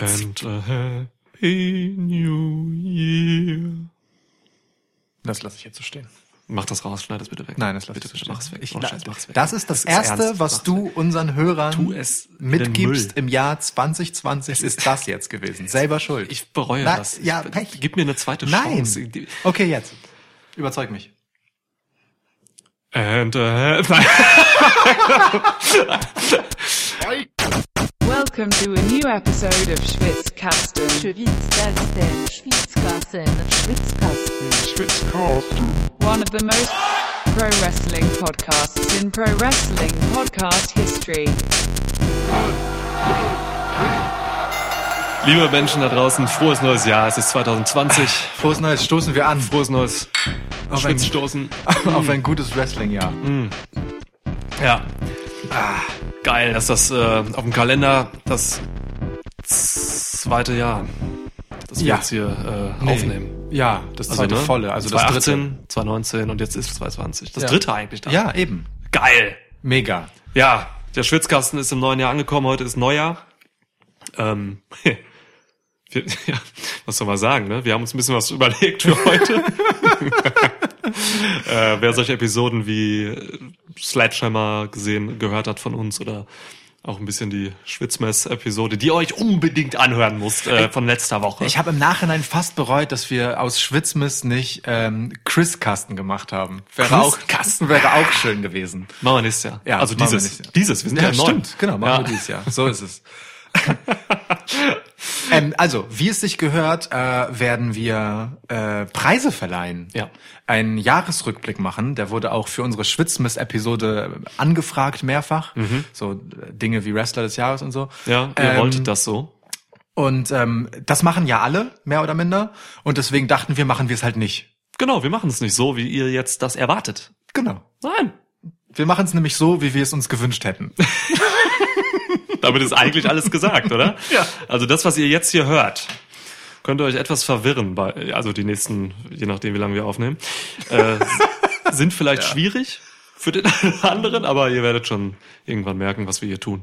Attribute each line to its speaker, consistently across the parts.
Speaker 1: And a äh, happy new year.
Speaker 2: Das lasse ich jetzt so stehen.
Speaker 1: Mach das raus, schneid das bitte weg.
Speaker 2: Nein, das lass
Speaker 1: bitte,
Speaker 2: ich
Speaker 1: bitte,
Speaker 2: nicht.
Speaker 1: mach es weg.
Speaker 2: Ich-
Speaker 1: Ohne Scheiß, mach's weg.
Speaker 2: Das ist das, Erste,
Speaker 1: ernst,
Speaker 2: was
Speaker 1: mach's
Speaker 2: du unseren Hörern
Speaker 1: Tu es in den
Speaker 2: mitgibst
Speaker 1: Müll.
Speaker 2: im Jahr 2020. ist das jetzt gewesen. Selber schuld.
Speaker 1: Ich bereue
Speaker 2: Na,
Speaker 1: das.
Speaker 2: ja,
Speaker 1: Ich-
Speaker 2: Pech.
Speaker 1: Gib mir eine zweite
Speaker 2: Nein.
Speaker 1: Chance. Die-
Speaker 2: Okay, jetzt. Überzeug mich.
Speaker 1: And a happy...
Speaker 3: Welcome to a new episode of Schwitzkasten.
Speaker 4: Schwitzkasten, Schwitzkasten, Schwitzkasten.
Speaker 3: One of the most pro wrestling podcasts in pro wrestling podcast history.
Speaker 1: Liebe Menschen da draußen, frohes neues Jahr. Es ist 2020.
Speaker 2: Frohes Neues, stoßen wir an.
Speaker 1: Frohes neues Oh,
Speaker 2: Auf ein,
Speaker 1: Schwitzstoßen.
Speaker 2: auf ein gutes Wrestling-Jahr.
Speaker 1: Ja. Ah, geil, dass das äh, auf dem Kalender das zweite Jahr, dass wir
Speaker 2: Ja.
Speaker 1: jetzt hier äh,
Speaker 2: Nee.
Speaker 1: aufnehmen.
Speaker 2: Ja, das zweite
Speaker 1: ne?
Speaker 2: volle, also das dritte.
Speaker 1: 2018, 2019 und jetzt ist 2020. Das
Speaker 2: Ja.
Speaker 1: dritte eigentlich dann.
Speaker 2: Ja, eben.
Speaker 1: Geil.
Speaker 2: Mega.
Speaker 1: Ja, der Schwitzkasten ist im neuen Jahr angekommen. Heute ist Neujahr. Ähm, wir, ja, was soll man sagen, ne? Wir haben uns ein bisschen was überlegt für heute. äh, wer solche Episoden wie äh, Sledgehammer gesehen, gehört hat von uns oder auch ein bisschen die Schwitzmess-Episode, die ihr euch unbedingt anhören müsst äh, von letzter Woche.
Speaker 2: Ich habe im Nachhinein fast bereut, dass wir aus Schwitzmiss nicht ähm, Chris-Kasten gemacht haben. Wäre auch,
Speaker 1: Chris-Kasten.
Speaker 2: wäre auch schön gewesen.
Speaker 1: machen wir nächstes Jahr. also
Speaker 2: machen wir
Speaker 1: dieses,
Speaker 2: nächstes Jahr.
Speaker 1: dieses, wir sind ja,
Speaker 2: ja
Speaker 1: im neuen.
Speaker 2: stimmt, genau, machen wir dieses Jahr. So ist es. ähm, also, wie es sich gehört, äh, werden wir äh, Preise verleihen.
Speaker 1: Ja.
Speaker 2: Einen Jahresrückblick machen. Der wurde auch für unsere Schwitzmiss-Episode angefragt mehrfach. So äh, Dinge wie Wrestler des Jahres und so.
Speaker 1: Ja, ihr
Speaker 2: Ähm,
Speaker 1: wolltet das so.
Speaker 2: Und ähm, das machen ja alle, mehr oder minder. Und deswegen dachten wir, machen wir es halt nicht.
Speaker 1: Genau, wir machen es nicht so, wie ihr jetzt das erwartet.
Speaker 2: Genau.
Speaker 1: Nein.
Speaker 2: Wir machen es nämlich so, wie wir es uns gewünscht hätten.
Speaker 1: Damit ist eigentlich alles gesagt, oder?
Speaker 2: Ja.
Speaker 1: Also das, was ihr jetzt hier hört, könnte euch etwas verwirren, bei, also die nächsten, je nachdem, wie lange wir aufnehmen, äh, sind vielleicht schwierig für den einen oder anderen, aber ihr werdet schon irgendwann merken, was wir hier tun.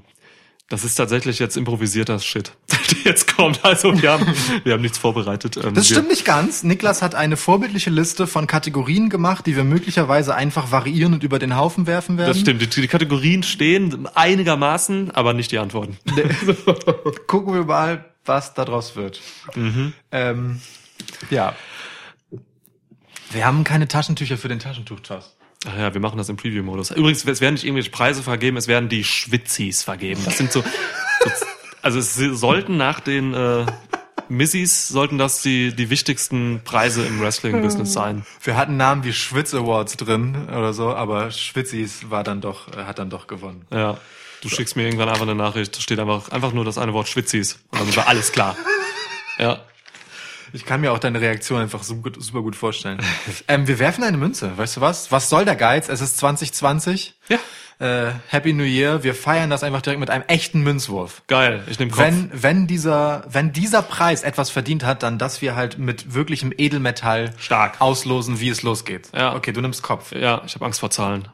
Speaker 1: Das ist tatsächlich jetzt improvisierter Shit, der jetzt kommt. Also wir haben, wir haben nichts vorbereitet. Ähm,
Speaker 2: Das
Speaker 1: wir,
Speaker 2: stimmt nicht ganz. Niklas hat eine vorbildliche Liste von Kategorien gemacht, die wir möglicherweise einfach variieren und über den Haufen werfen werden.
Speaker 1: Das stimmt. Die, die Kategorien stehen einigermaßen, aber nicht die Antworten.
Speaker 2: Gucken wir mal, was daraus wird.
Speaker 1: Mhm.
Speaker 2: Ähm, ja. Wir haben keine Taschentücher für den Taschentuchtoss.
Speaker 1: Ach ja, wir machen das im Preview-Modus. Übrigens, es werden nicht irgendwelche Preise vergeben, es werden die Schwitzis vergeben. Das sind so, so also es sollten nach den äh, Missys, sollten das die, die wichtigsten Preise im Wrestling-Business sein.
Speaker 2: Wir hatten Namen wie Schwitz Awards drin oder so, aber Schwitzis war dann doch, äh, hat dann doch gewonnen.
Speaker 1: Ja. Du schickst mir irgendwann einfach eine Nachricht, da steht einfach, einfach nur das eine Wort Schwitzis. Und dann war alles klar. Ja.
Speaker 2: Ich kann mir auch deine Reaktion einfach so gut, super gut vorstellen. ähm, wir werfen eine Münze, weißt du was? Was soll der Geiz? Es ist 2020.
Speaker 1: Ja.
Speaker 2: Äh, Happy New Year. Wir feiern das einfach direkt mit einem echten Münzwurf.
Speaker 1: Geil. Ich nehme Kopf.
Speaker 2: Wenn, wenn, dieser, wenn dieser Preis etwas verdient hat, dann dass wir halt mit wirklichem Edelmetall
Speaker 1: Stark.
Speaker 2: auslosen, wie es losgeht.
Speaker 1: Ja.
Speaker 2: Okay, du nimmst Kopf.
Speaker 1: ja, ich habe Angst vor Zahlen.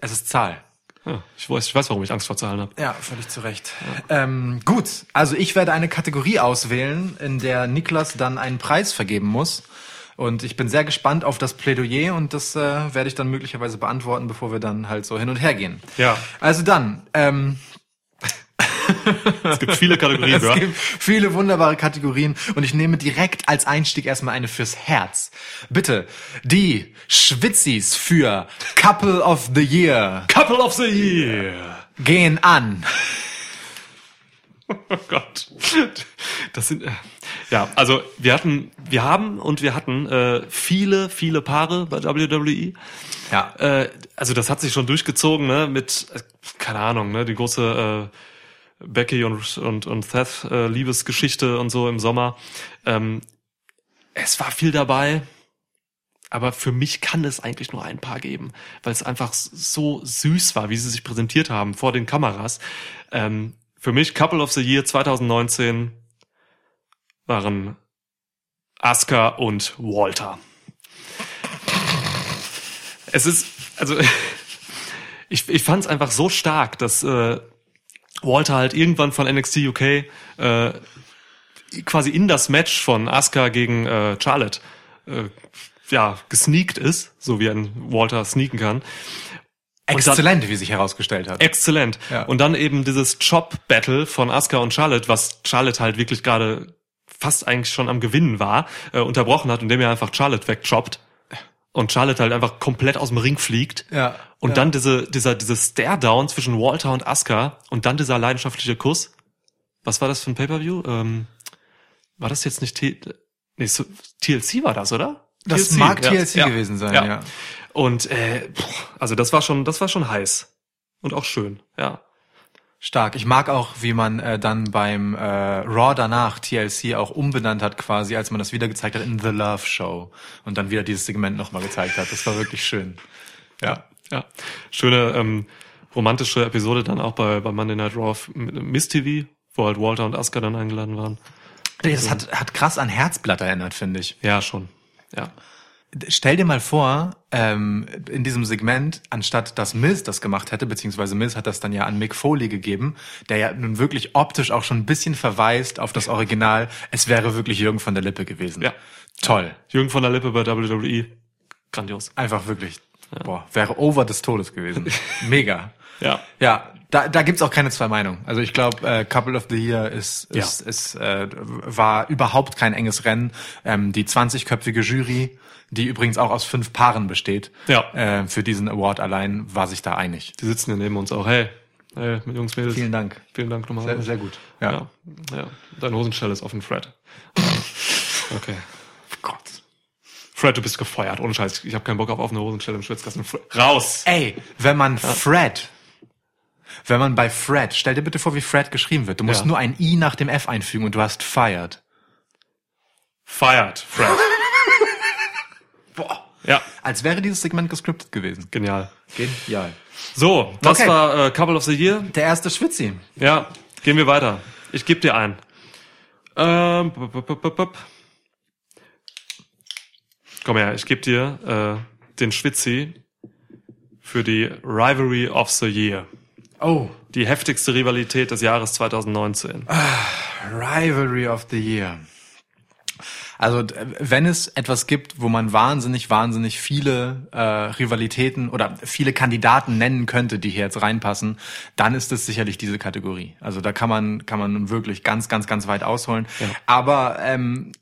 Speaker 2: Es ist Zahl.
Speaker 1: Ja, ich, weiß, ich weiß, warum ich Angst vor Zahlen habe.
Speaker 2: Ja, völlig zu Recht. Ähm, gut, also ich werde eine Kategorie auswählen, in der Niklas dann einen Preis vergeben muss. Und ich bin sehr gespannt auf das Plädoyer und das äh, werde ich dann möglicherweise beantworten, bevor wir dann halt so hin und her gehen.
Speaker 1: Ja.
Speaker 2: Also dann, ähm,
Speaker 1: Es gibt viele Kategorien,
Speaker 2: es
Speaker 1: ja.
Speaker 2: gibt viele wunderbare Kategorien und ich nehme direkt als Einstieg erstmal eine fürs Herz. Bitte, die Schwitzis für Couple of the Year
Speaker 1: Couple of the Year.
Speaker 2: gehen an.
Speaker 1: Oh Gott. Das sind äh, ja, also wir hatten, wir haben und wir hatten äh, viele, viele Paare bei E. WWE.
Speaker 2: Ja.
Speaker 1: Äh, also das hat sich schon durchgezogen, ne? Mit äh, keine Ahnung, ne? Die große äh, Becky und und und Seth äh, Liebesgeschichte und so im Sommer. Ähm, es war viel dabei. Aber für mich kann es eigentlich nur ein Paar geben, weil es einfach so süß war, wie sie sich präsentiert haben vor den Kameras. Ähm, für mich Couple of the Year 2019 waren Asuka und Walter. Es ist, also ich, ich fand es einfach so stark, dass äh, Walter halt irgendwann von NXT UK äh, quasi in das Match von Asuka gegen äh, Charlotte äh, ja, gesneakt ist, so wie ein Walter sneaken kann. Und dann-
Speaker 2: Exzellent, wie sich herausgestellt hat.
Speaker 1: Exzellent.
Speaker 2: Ja.
Speaker 1: Und dann eben dieses Chop-Battle von Asuka und Charlotte, was Charlotte halt wirklich gerade fast eigentlich schon am Gewinnen war, äh, unterbrochen hat, indem er einfach Charlotte wegchoppt. Und Charlotte halt einfach komplett aus dem Ring fliegt.
Speaker 2: Ja,
Speaker 1: Und
Speaker 2: ja.
Speaker 1: dann diese, dieser, dieses Stare-Down zwischen Walter und Asuka und dann dieser leidenschaftliche Kuss. Was war das für ein Pay-Per-View? Ähm, war das jetzt nicht T nee, so- TLC war das, oder?
Speaker 2: Das mag TLC gewesen sein, ja.
Speaker 1: Und äh, puh, also das war schon, das war schon heiß und auch schön, ja.
Speaker 2: Stark. Ich mag auch, wie man äh, dann beim äh, Raw danach TLC auch umbenannt hat, quasi, als man das wieder gezeigt hat in The Love Show und dann wieder dieses Segment nochmal gezeigt hat. Das war wirklich schön. Ja.
Speaker 1: Ja, schöne ähm, romantische Episode dann auch bei, bei Monday Night Raw auf M- Miss TV, wo halt Walter und Asuka dann eingeladen waren.
Speaker 2: Das hat, hat krass an Herzblatt erinnert, finde ich.
Speaker 1: Ja, schon. Ja.
Speaker 2: D- Stell dir mal vor, ähm, in diesem Segment, anstatt dass Mills das gemacht hätte, beziehungsweise Mills hat das dann ja an Mick Foley gegeben, der ja nun wirklich optisch auch schon ein bisschen verweist auf das Original. Es wäre wirklich Jürgen von der Lippe gewesen.
Speaker 1: Ja.
Speaker 2: Toll.
Speaker 1: Jürgen von der Lippe bei WWE. Grandios.
Speaker 2: Einfach wirklich. Boah, wäre over des Todes gewesen. Mega.
Speaker 1: Ja.
Speaker 2: Ja, da, da gibt's auch keine zwei Meinungen. Also ich glaube, äh, Couple of the Year ist,
Speaker 1: Ja.
Speaker 2: ist, ist äh, war überhaupt kein enges Rennen. Ähm, die 20-köpfige Jury, die übrigens auch aus fünf Paaren besteht,
Speaker 1: Ja.
Speaker 2: äh, für diesen Award allein war sich da einig.
Speaker 1: Die sitzen hier neben uns auch. Hey, hey mit Jungs, Mädels.
Speaker 2: Vielen Dank.
Speaker 1: Vielen Dank nochmal.
Speaker 2: Sehr, sehr gut.
Speaker 1: Ja.
Speaker 2: Ja.
Speaker 1: ja. Dein Hosenstall ist offen, Fred. okay. Oh Gott. Fred, du bist gefeuert. Ohne Scheiß. Ich habe keinen Bock auf offene Hosenstelle im Schwitzkasten. Fre- Raus!
Speaker 2: Ey, wenn man Fred, wenn man bei Fred, stell dir bitte vor, wie Fred geschrieben wird. Du musst
Speaker 1: Ja.
Speaker 2: nur ein I nach dem F einfügen und du hast fired.
Speaker 1: Feiert, Fred.
Speaker 2: Boah.
Speaker 1: ja.
Speaker 2: Als wäre dieses Segment gescriptet gewesen.
Speaker 1: Genial.
Speaker 2: Genial.
Speaker 1: So, das
Speaker 2: Okay.
Speaker 1: war äh, Couple of the Year.
Speaker 2: Der erste Schwitzi.
Speaker 1: Ja, gehen wir weiter. Ich gebe dir einen. Ähm, bup, bup, bup, bup, bup. Komm her, ich gebe dir äh, den Schwitzi für die Rivalry of the Year.
Speaker 2: Oh,
Speaker 1: Die heftigste Rivalität des Jahres 2019.
Speaker 2: Rivalry of the Year. Also d- wenn es etwas gibt, wo man wahnsinnig, wahnsinnig viele äh, Rivalitäten oder viele Kandidaten nennen könnte, die hier jetzt reinpassen, dann ist es sicherlich diese Kategorie. Also da kann man kann man nun wirklich ganz, ganz, ganz weit ausholen. Aber ähm,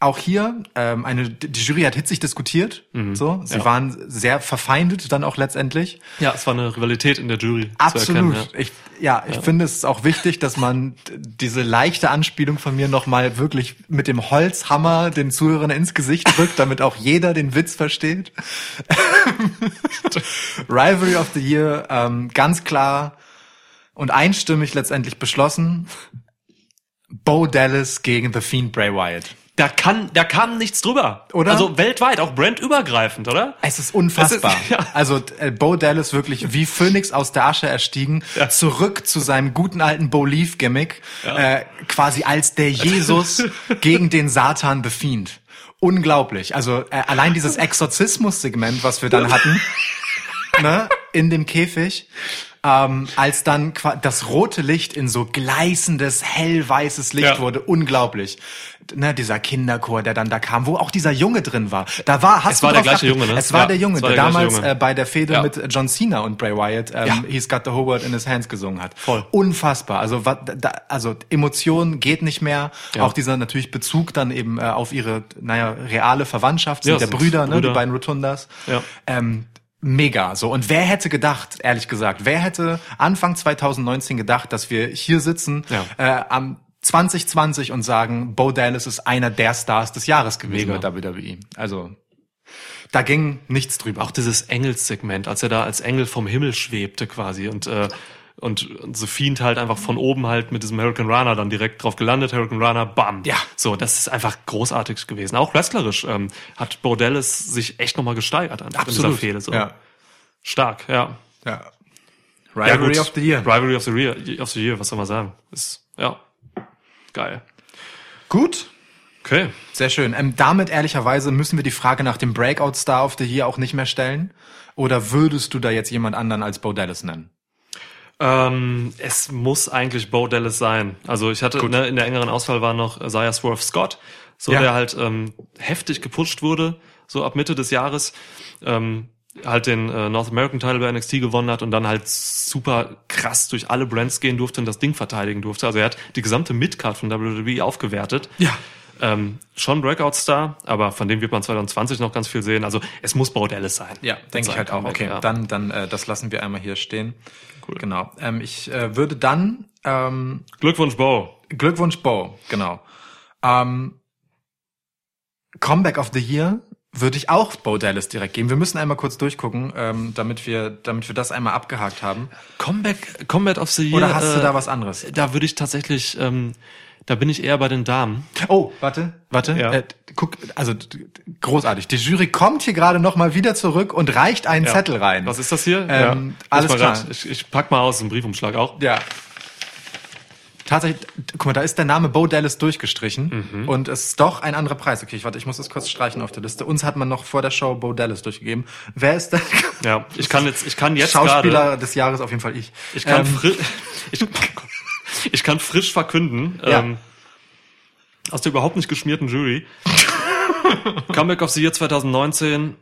Speaker 2: auch hier ähm, eine die Jury hat hitzig diskutiert. So, sie
Speaker 1: ja.
Speaker 2: waren sehr verfeindet dann auch letztendlich.
Speaker 1: Ja, es war eine Rivalität in der Jury zu erkennen.
Speaker 2: Absolut.
Speaker 1: Ja.
Speaker 2: Ich, ja, ich finde es ist auch wichtig, dass man d- diese leichte Anspielung von mir nochmal wirklich mit dem Holzhammer den Zuhörern ins Gesicht drückt, damit auch jeder den Witz versteht. Rivalry of the Year, ähm, ganz klar und einstimmig letztendlich beschlossen. Bo Dallas gegen The Fiend Bray Wyatt.
Speaker 1: Da kann, da kam nichts drüber.
Speaker 2: Oder?
Speaker 1: Also weltweit, auch brandübergreifend, oder?
Speaker 2: Es ist unfassbar.
Speaker 1: Es ist- ja.
Speaker 2: Also äh, Bo Dallas wirklich wie Phönix aus der Asche erstiegen,
Speaker 1: Ja.
Speaker 2: zurück zu seinem guten alten Bo Leaf Gimmick, äh, quasi als der Jesus gegen den Satan The Fiend. Unglaublich. Also äh, allein dieses Exorzismus-Segment, was wir dann hatten, ne, in dem Käfig. Ähm, als dann qua- das rote Licht in so gleißendes, hellweißes Licht
Speaker 1: Ja.
Speaker 2: wurde, unglaublich. Ne, dieser Kinderchor, der dann da kam, wo auch dieser Junge drin war. Da war, hast
Speaker 1: Es war
Speaker 2: du
Speaker 1: der
Speaker 2: drauf
Speaker 1: gleiche
Speaker 2: geachtet?
Speaker 1: Junge, ne?
Speaker 2: Es war
Speaker 1: Ja,
Speaker 2: der Junge,
Speaker 1: es war
Speaker 2: der,
Speaker 1: der gleiche
Speaker 2: damals
Speaker 1: Junge.
Speaker 2: Äh, bei der Fehde
Speaker 1: Ja.
Speaker 2: mit John Cena und Bray Wyatt ähm,
Speaker 1: Ja.
Speaker 2: He's Got the Whole World in His Hands gesungen hat.
Speaker 1: Voll.
Speaker 2: Unfassbar. Also, wa- da, also Emotionen geht nicht mehr.
Speaker 1: Ja.
Speaker 2: Auch dieser natürlich Bezug dann eben äh, auf ihre, naja, reale Verwandtschaft sind
Speaker 1: Ja,
Speaker 2: der
Speaker 1: sind
Speaker 2: Brüder, ne,
Speaker 1: Brüder.
Speaker 2: die beiden Rotundas.
Speaker 1: Ja.
Speaker 2: Ähm, mega so. Und wer hätte gedacht, ehrlich gesagt, wer hätte Anfang 2019 gedacht, dass wir hier sitzen
Speaker 1: Ja.
Speaker 2: äh, am 2020 und sagen, Bo Dallas ist einer der Stars des Jahres gewesen
Speaker 1: Mega.
Speaker 2: bei WWE. Also da ging nichts drüber.
Speaker 1: auch dieses Engelssegment, als er da als Engel vom Himmel schwebte quasi und äh, und und The Fiend halt einfach von oben halt mit diesem Hurricane Rana dann direkt drauf gelandet, Hurricane Rana, bam.
Speaker 2: Ja.
Speaker 1: So, das ist einfach großartig gewesen. Auch wrestlerisch ähm, hat Bordellis sich echt nochmal gesteigert einfach in dieser Fehde. So.
Speaker 2: Ja.
Speaker 1: Stark, ja.
Speaker 2: ja.
Speaker 1: ja,
Speaker 2: Rivalry
Speaker 1: gut.
Speaker 2: of the Year.
Speaker 1: Rivalry of the Year, of the year was soll man sagen? Ist, ja, geil.
Speaker 2: Gut.
Speaker 1: Okay,
Speaker 2: Sehr schön. Ähm, damit ehrlicherweise müssen wir die Frage nach dem Breakout Star of the Year auch nicht mehr stellen. Oder würdest du da jetzt jemand anderen als Bo Dallas nennen?
Speaker 1: Ähm, es muss eigentlich Bo Dallas sein. Also ich hatte ne, in der engeren Auswahl war noch Isaiah Swerve Scott, so
Speaker 2: Ja.
Speaker 1: der halt ähm, heftig gepusht wurde, so ab Mitte des Jahres. Ähm, halt den äh, North American Title bei NXT gewonnen hat und dann halt super krass durch alle Brands gehen durfte und das Ding verteidigen durfte. Also er hat die gesamte Midcard von WWE aufgewertet.
Speaker 2: Ja.
Speaker 1: Ähm, schon Breakout-Star, aber von dem wird man 2020 noch ganz viel sehen. Also es muss Bo Dallas sein.
Speaker 2: Ja, denke ich halt auch. Okay,
Speaker 1: ja.
Speaker 2: dann, dann äh, das lassen wir einmal hier stehen. Cool. Genau. Ähm, ich äh, würde dann ähm,
Speaker 1: Glückwunsch, Bo.
Speaker 2: Glückwunsch Bo, genau. Ähm, Comeback of the Year würde ich auch Bo Dallas direkt geben. Wir müssen einmal kurz durchgucken, ähm, damit wir, damit wir das einmal abgehakt haben.
Speaker 1: Comeback, Combat of the Year.
Speaker 2: Oder hast du
Speaker 1: äh,
Speaker 2: da was anderes?
Speaker 1: Da würde ich tatsächlich, ähm, da bin ich eher bei den Damen.
Speaker 2: Oh, warte, warte.
Speaker 1: Ja.
Speaker 2: Äh, guck, also d- d- großartig. Die Jury kommt hier gerade noch mal wieder zurück und reicht einen Zettel rein.
Speaker 1: Was ist das hier?
Speaker 2: Ähm,
Speaker 1: Muss
Speaker 2: alles
Speaker 1: mal
Speaker 2: klar.
Speaker 1: grad- Ich, ich pack mal aus, einen Briefumschlag auch.
Speaker 2: Ja. Tatsächlich, guck mal, da ist der Name Bo Dallas durchgestrichen
Speaker 1: Mhm.
Speaker 2: und es ist doch ein anderer Preis. Okay, ich warte, ich muss das kurz streichen auf der Liste. Uns hat man noch vor der Show Bo Dallas durchgegeben. Wer ist der
Speaker 1: Ja, ich kann jetzt, ich kann jetzt
Speaker 2: Schauspieler
Speaker 1: gerade,
Speaker 2: des Jahres? Auf jeden Fall ich.
Speaker 1: ich kann
Speaker 2: Ähm,
Speaker 1: frisch, ich, ich kann frisch verkünden,
Speaker 2: Ja.
Speaker 1: ähm, aus der überhaupt nicht geschmierten Jury. Comeback of the Year 2019,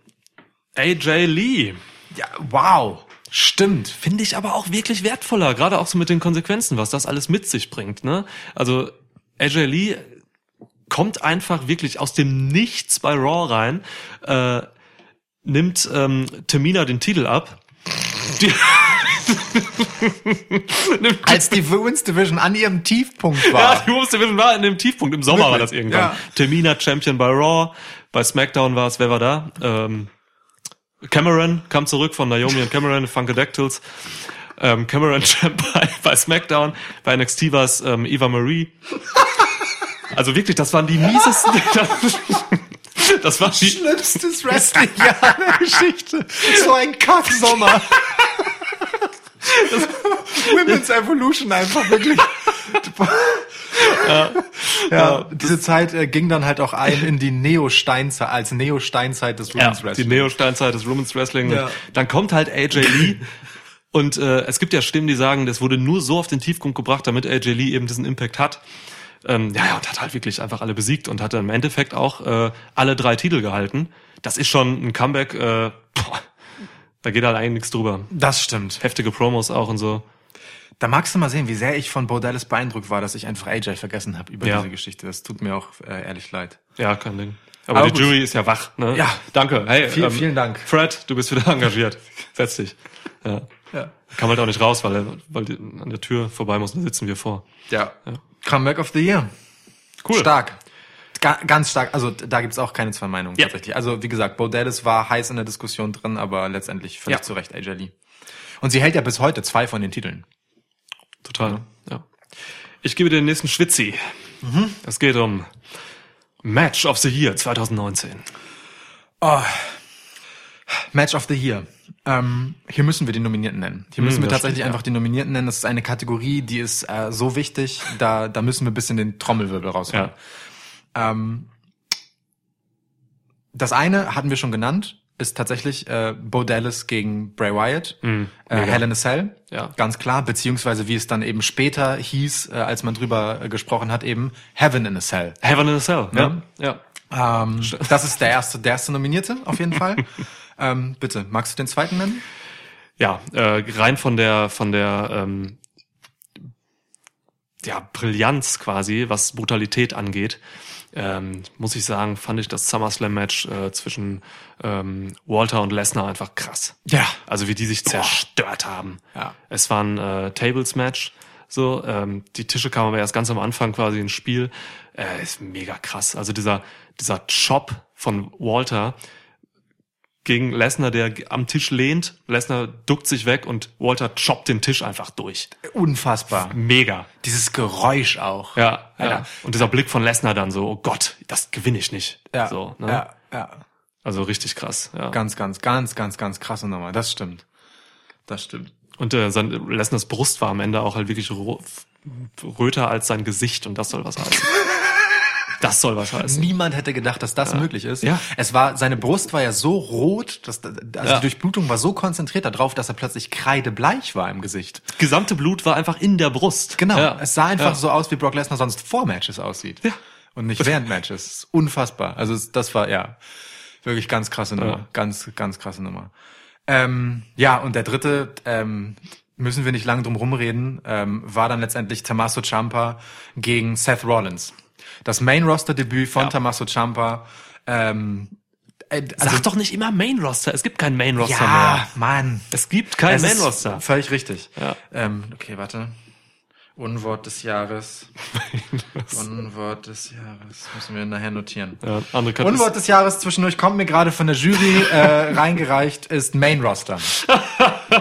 Speaker 1: AJ Lee.
Speaker 2: ja, wow, stimmt.
Speaker 1: Finde ich aber auch wirklich wertvoller, gerade auch so mit den Konsequenzen, was das alles mit sich bringt. Ne? Also AJ Lee kommt einfach wirklich aus dem Nichts bei Raw rein, äh, nimmt ähm, Tamina den Titel ab. Die,
Speaker 2: Als die Women's Division an ihrem Tiefpunkt
Speaker 1: ja,
Speaker 2: war.
Speaker 1: die Women's Division war in dem Tiefpunkt, im Sommer war das
Speaker 2: Wirklich,
Speaker 1: irgendwann.
Speaker 2: ja.
Speaker 1: Tamina Champion bei Raw, bei SmackDown war es, wer war da? Ähm, Cameron kam zurück von Naomi und Cameron, Funkadactyls. Ähm, Cameron Champ bei, bei SmackDown, bei NXT war es ähm, Eva Marie. Also wirklich, das waren die miesesten. Das war die,
Speaker 2: Schlimmstes Wrestling-Jahr der Geschichte. So ein Kacksommer. Women's Evolution einfach wirklich. ja, diese Zeit äh, ging dann halt auch ein in die Neo-Steinzeit, als Neo-Steinzeit des
Speaker 1: Ja,
Speaker 2: Women's
Speaker 1: die
Speaker 2: Wrestling.
Speaker 1: Neo-Steinzeit des Women's Wrestling.
Speaker 2: Ja.
Speaker 1: Und dann kommt halt AJ Lee. Und äh, es gibt ja Stimmen, die sagen, das wurde nur so auf den Tiefgrund gebracht, damit AJ Lee eben diesen Impact hat. Ähm, ja, ja, und hat halt wirklich einfach alle besiegt und hat dann im Endeffekt auch äh, alle drei Titel gehalten. Das ist schon ein Comeback. Äh, boah, da geht halt eigentlich nichts drüber.
Speaker 2: Das stimmt.
Speaker 1: Heftige Promos auch und so.
Speaker 2: Da magst du mal sehen, wie sehr ich von Bo Dallas beeindruckt war, dass ich einfach AJ vergessen habe über
Speaker 1: Ja.
Speaker 2: diese Geschichte. Das tut mir auch äh, ehrlich leid.
Speaker 1: Ja, kein Ding. Aber,
Speaker 2: Aber
Speaker 1: die
Speaker 2: gut.
Speaker 1: Jury ist ja wach. Ne?
Speaker 2: Ja.
Speaker 1: danke. Hey, ähm,
Speaker 2: Vielen- vielen Dank.
Speaker 1: Fred, du bist wieder engagiert. Setz dich. Ja.
Speaker 2: Ja.
Speaker 1: Kam halt auch nicht raus, weil, er, weil die an der Tür vorbei muss, da sitzen wir vor.
Speaker 2: Ja. Comeback of the Year.
Speaker 1: Cool.
Speaker 2: Stark. Ga ganz stark. Also da gibt's auch keine zwei Meinungen
Speaker 1: Ja.
Speaker 2: tatsächlich. Also wie gesagt, Bo Dallas war heiß in der Diskussion drin, aber letztendlich völlig
Speaker 1: Ja.
Speaker 2: zu Recht AJ Lee. Und sie hält ja bis heute zwei von den Titeln.
Speaker 1: Total. Ja. Ich gebe dir den nächsten Schwitzi. Es geht um Match of the Year 2019.
Speaker 2: Match of the Year. Ähm, hier müssen wir die Nominierten nennen. Hier müssen wir
Speaker 1: Hm, das
Speaker 2: tatsächlich
Speaker 1: stimmt,
Speaker 2: einfach die Nominierten nennen. Das ist eine Kategorie, die ist äh, so wichtig, da, da müssen wir ein bisschen den Trommelwirbel rausholen.
Speaker 1: Ja.
Speaker 2: Ähm, das eine hatten wir schon genannt, ist tatsächlich äh, Bo Dallas gegen Bray Wyatt, äh, Hell in a Cell,
Speaker 1: Mm, Ja.
Speaker 2: ganz klar, beziehungsweise wie es dann eben später hieß, äh, als man drüber äh, gesprochen hat, eben Heaven in a Cell.
Speaker 1: Heaven in a Cell.
Speaker 2: Ja.
Speaker 1: Ja. ja.
Speaker 2: Ähm, das ist der erste, der erste Nominierte, auf jeden Fall. ähm, bitte, magst du den zweiten nennen?
Speaker 1: Ja, äh, rein von der von der ähm, ja, Brillanz quasi, was Brutalität angeht, ähm, muss ich sagen, fand ich das SummerSlam-Match äh, zwischen ähm, Walter und Lesnar einfach krass.
Speaker 2: Ja.
Speaker 1: Also wie die sich zerstört haben.
Speaker 2: Ja.
Speaker 1: Es war ein äh, Tables-Match. So, ähm, die Tische kamen aber erst ganz am Anfang quasi ins Spiel. Äh, ist mega krass. Also dieser dieser Chop von Walter gegen Lesnar, der g- am Tisch lehnt. Lesnar duckt sich weg und Walter choppt den Tisch einfach durch.
Speaker 2: Unfassbar.
Speaker 1: Mega.
Speaker 2: Dieses Geräusch auch.
Speaker 1: Ja,
Speaker 2: Alter.
Speaker 1: ja. Und dieser Blick von Lesnar dann so, oh Gott, das gewinne ich nicht.
Speaker 2: Ja.
Speaker 1: So, ne?
Speaker 2: ja, ja.
Speaker 1: Also richtig krass. Ja.
Speaker 2: Ganz, ganz, ganz, ganz, ganz krasse Nummer. Das stimmt. Das stimmt.
Speaker 1: Und äh, sein Lesners Brust war am Ende auch halt wirklich ro- f- röter als sein Gesicht und das soll was heißen. Das soll was heißen.
Speaker 2: Niemand hätte gedacht, dass das möglich ist.
Speaker 1: Ja.
Speaker 2: Es war, seine Brust war ja so rot, dass, also
Speaker 1: Ja.
Speaker 2: die Durchblutung war so konzentriert darauf, dass er plötzlich kreidebleich war im Gesicht.
Speaker 1: Das gesamte Blut war einfach in der Brust.
Speaker 2: Genau.
Speaker 1: Ja.
Speaker 2: Es sah einfach
Speaker 1: Ja.
Speaker 2: so aus, wie Brock Lesnar sonst vor Matches aussieht.
Speaker 1: Ja.
Speaker 2: Und nicht während Matches. Unfassbar. Also es- das war, ja, wirklich ganz krasse Nummer.
Speaker 1: Ja.
Speaker 2: Ganz, ganz krasse Nummer. Ähm, ja, und der dritte, ähm, müssen wir nicht lange drum rumreden, ähm, war dann letztendlich Tommaso Ciampa gegen Seth Rollins. Das Main-Roster-Debüt von
Speaker 1: Ja.
Speaker 2: Tommaso Ciampa. Ähm, äh, also-
Speaker 1: Sag doch nicht immer Main Roster. Es gibt keinen Main Roster
Speaker 2: ja,
Speaker 1: mehr.
Speaker 2: Mann.
Speaker 1: Es gibt keinen
Speaker 2: Es
Speaker 1: Main
Speaker 2: ist
Speaker 1: Roster.
Speaker 2: Völlig richtig.
Speaker 1: Ja.
Speaker 2: Ähm, okay, warte. Unwort des Jahres. Unwort des Jahres. Müssen wir nachher notieren.
Speaker 1: Ja, andere Kat-
Speaker 2: Unwort des Jahres zwischendurch kommt mir gerade von der Jury äh, reingereicht, ist Main Roster.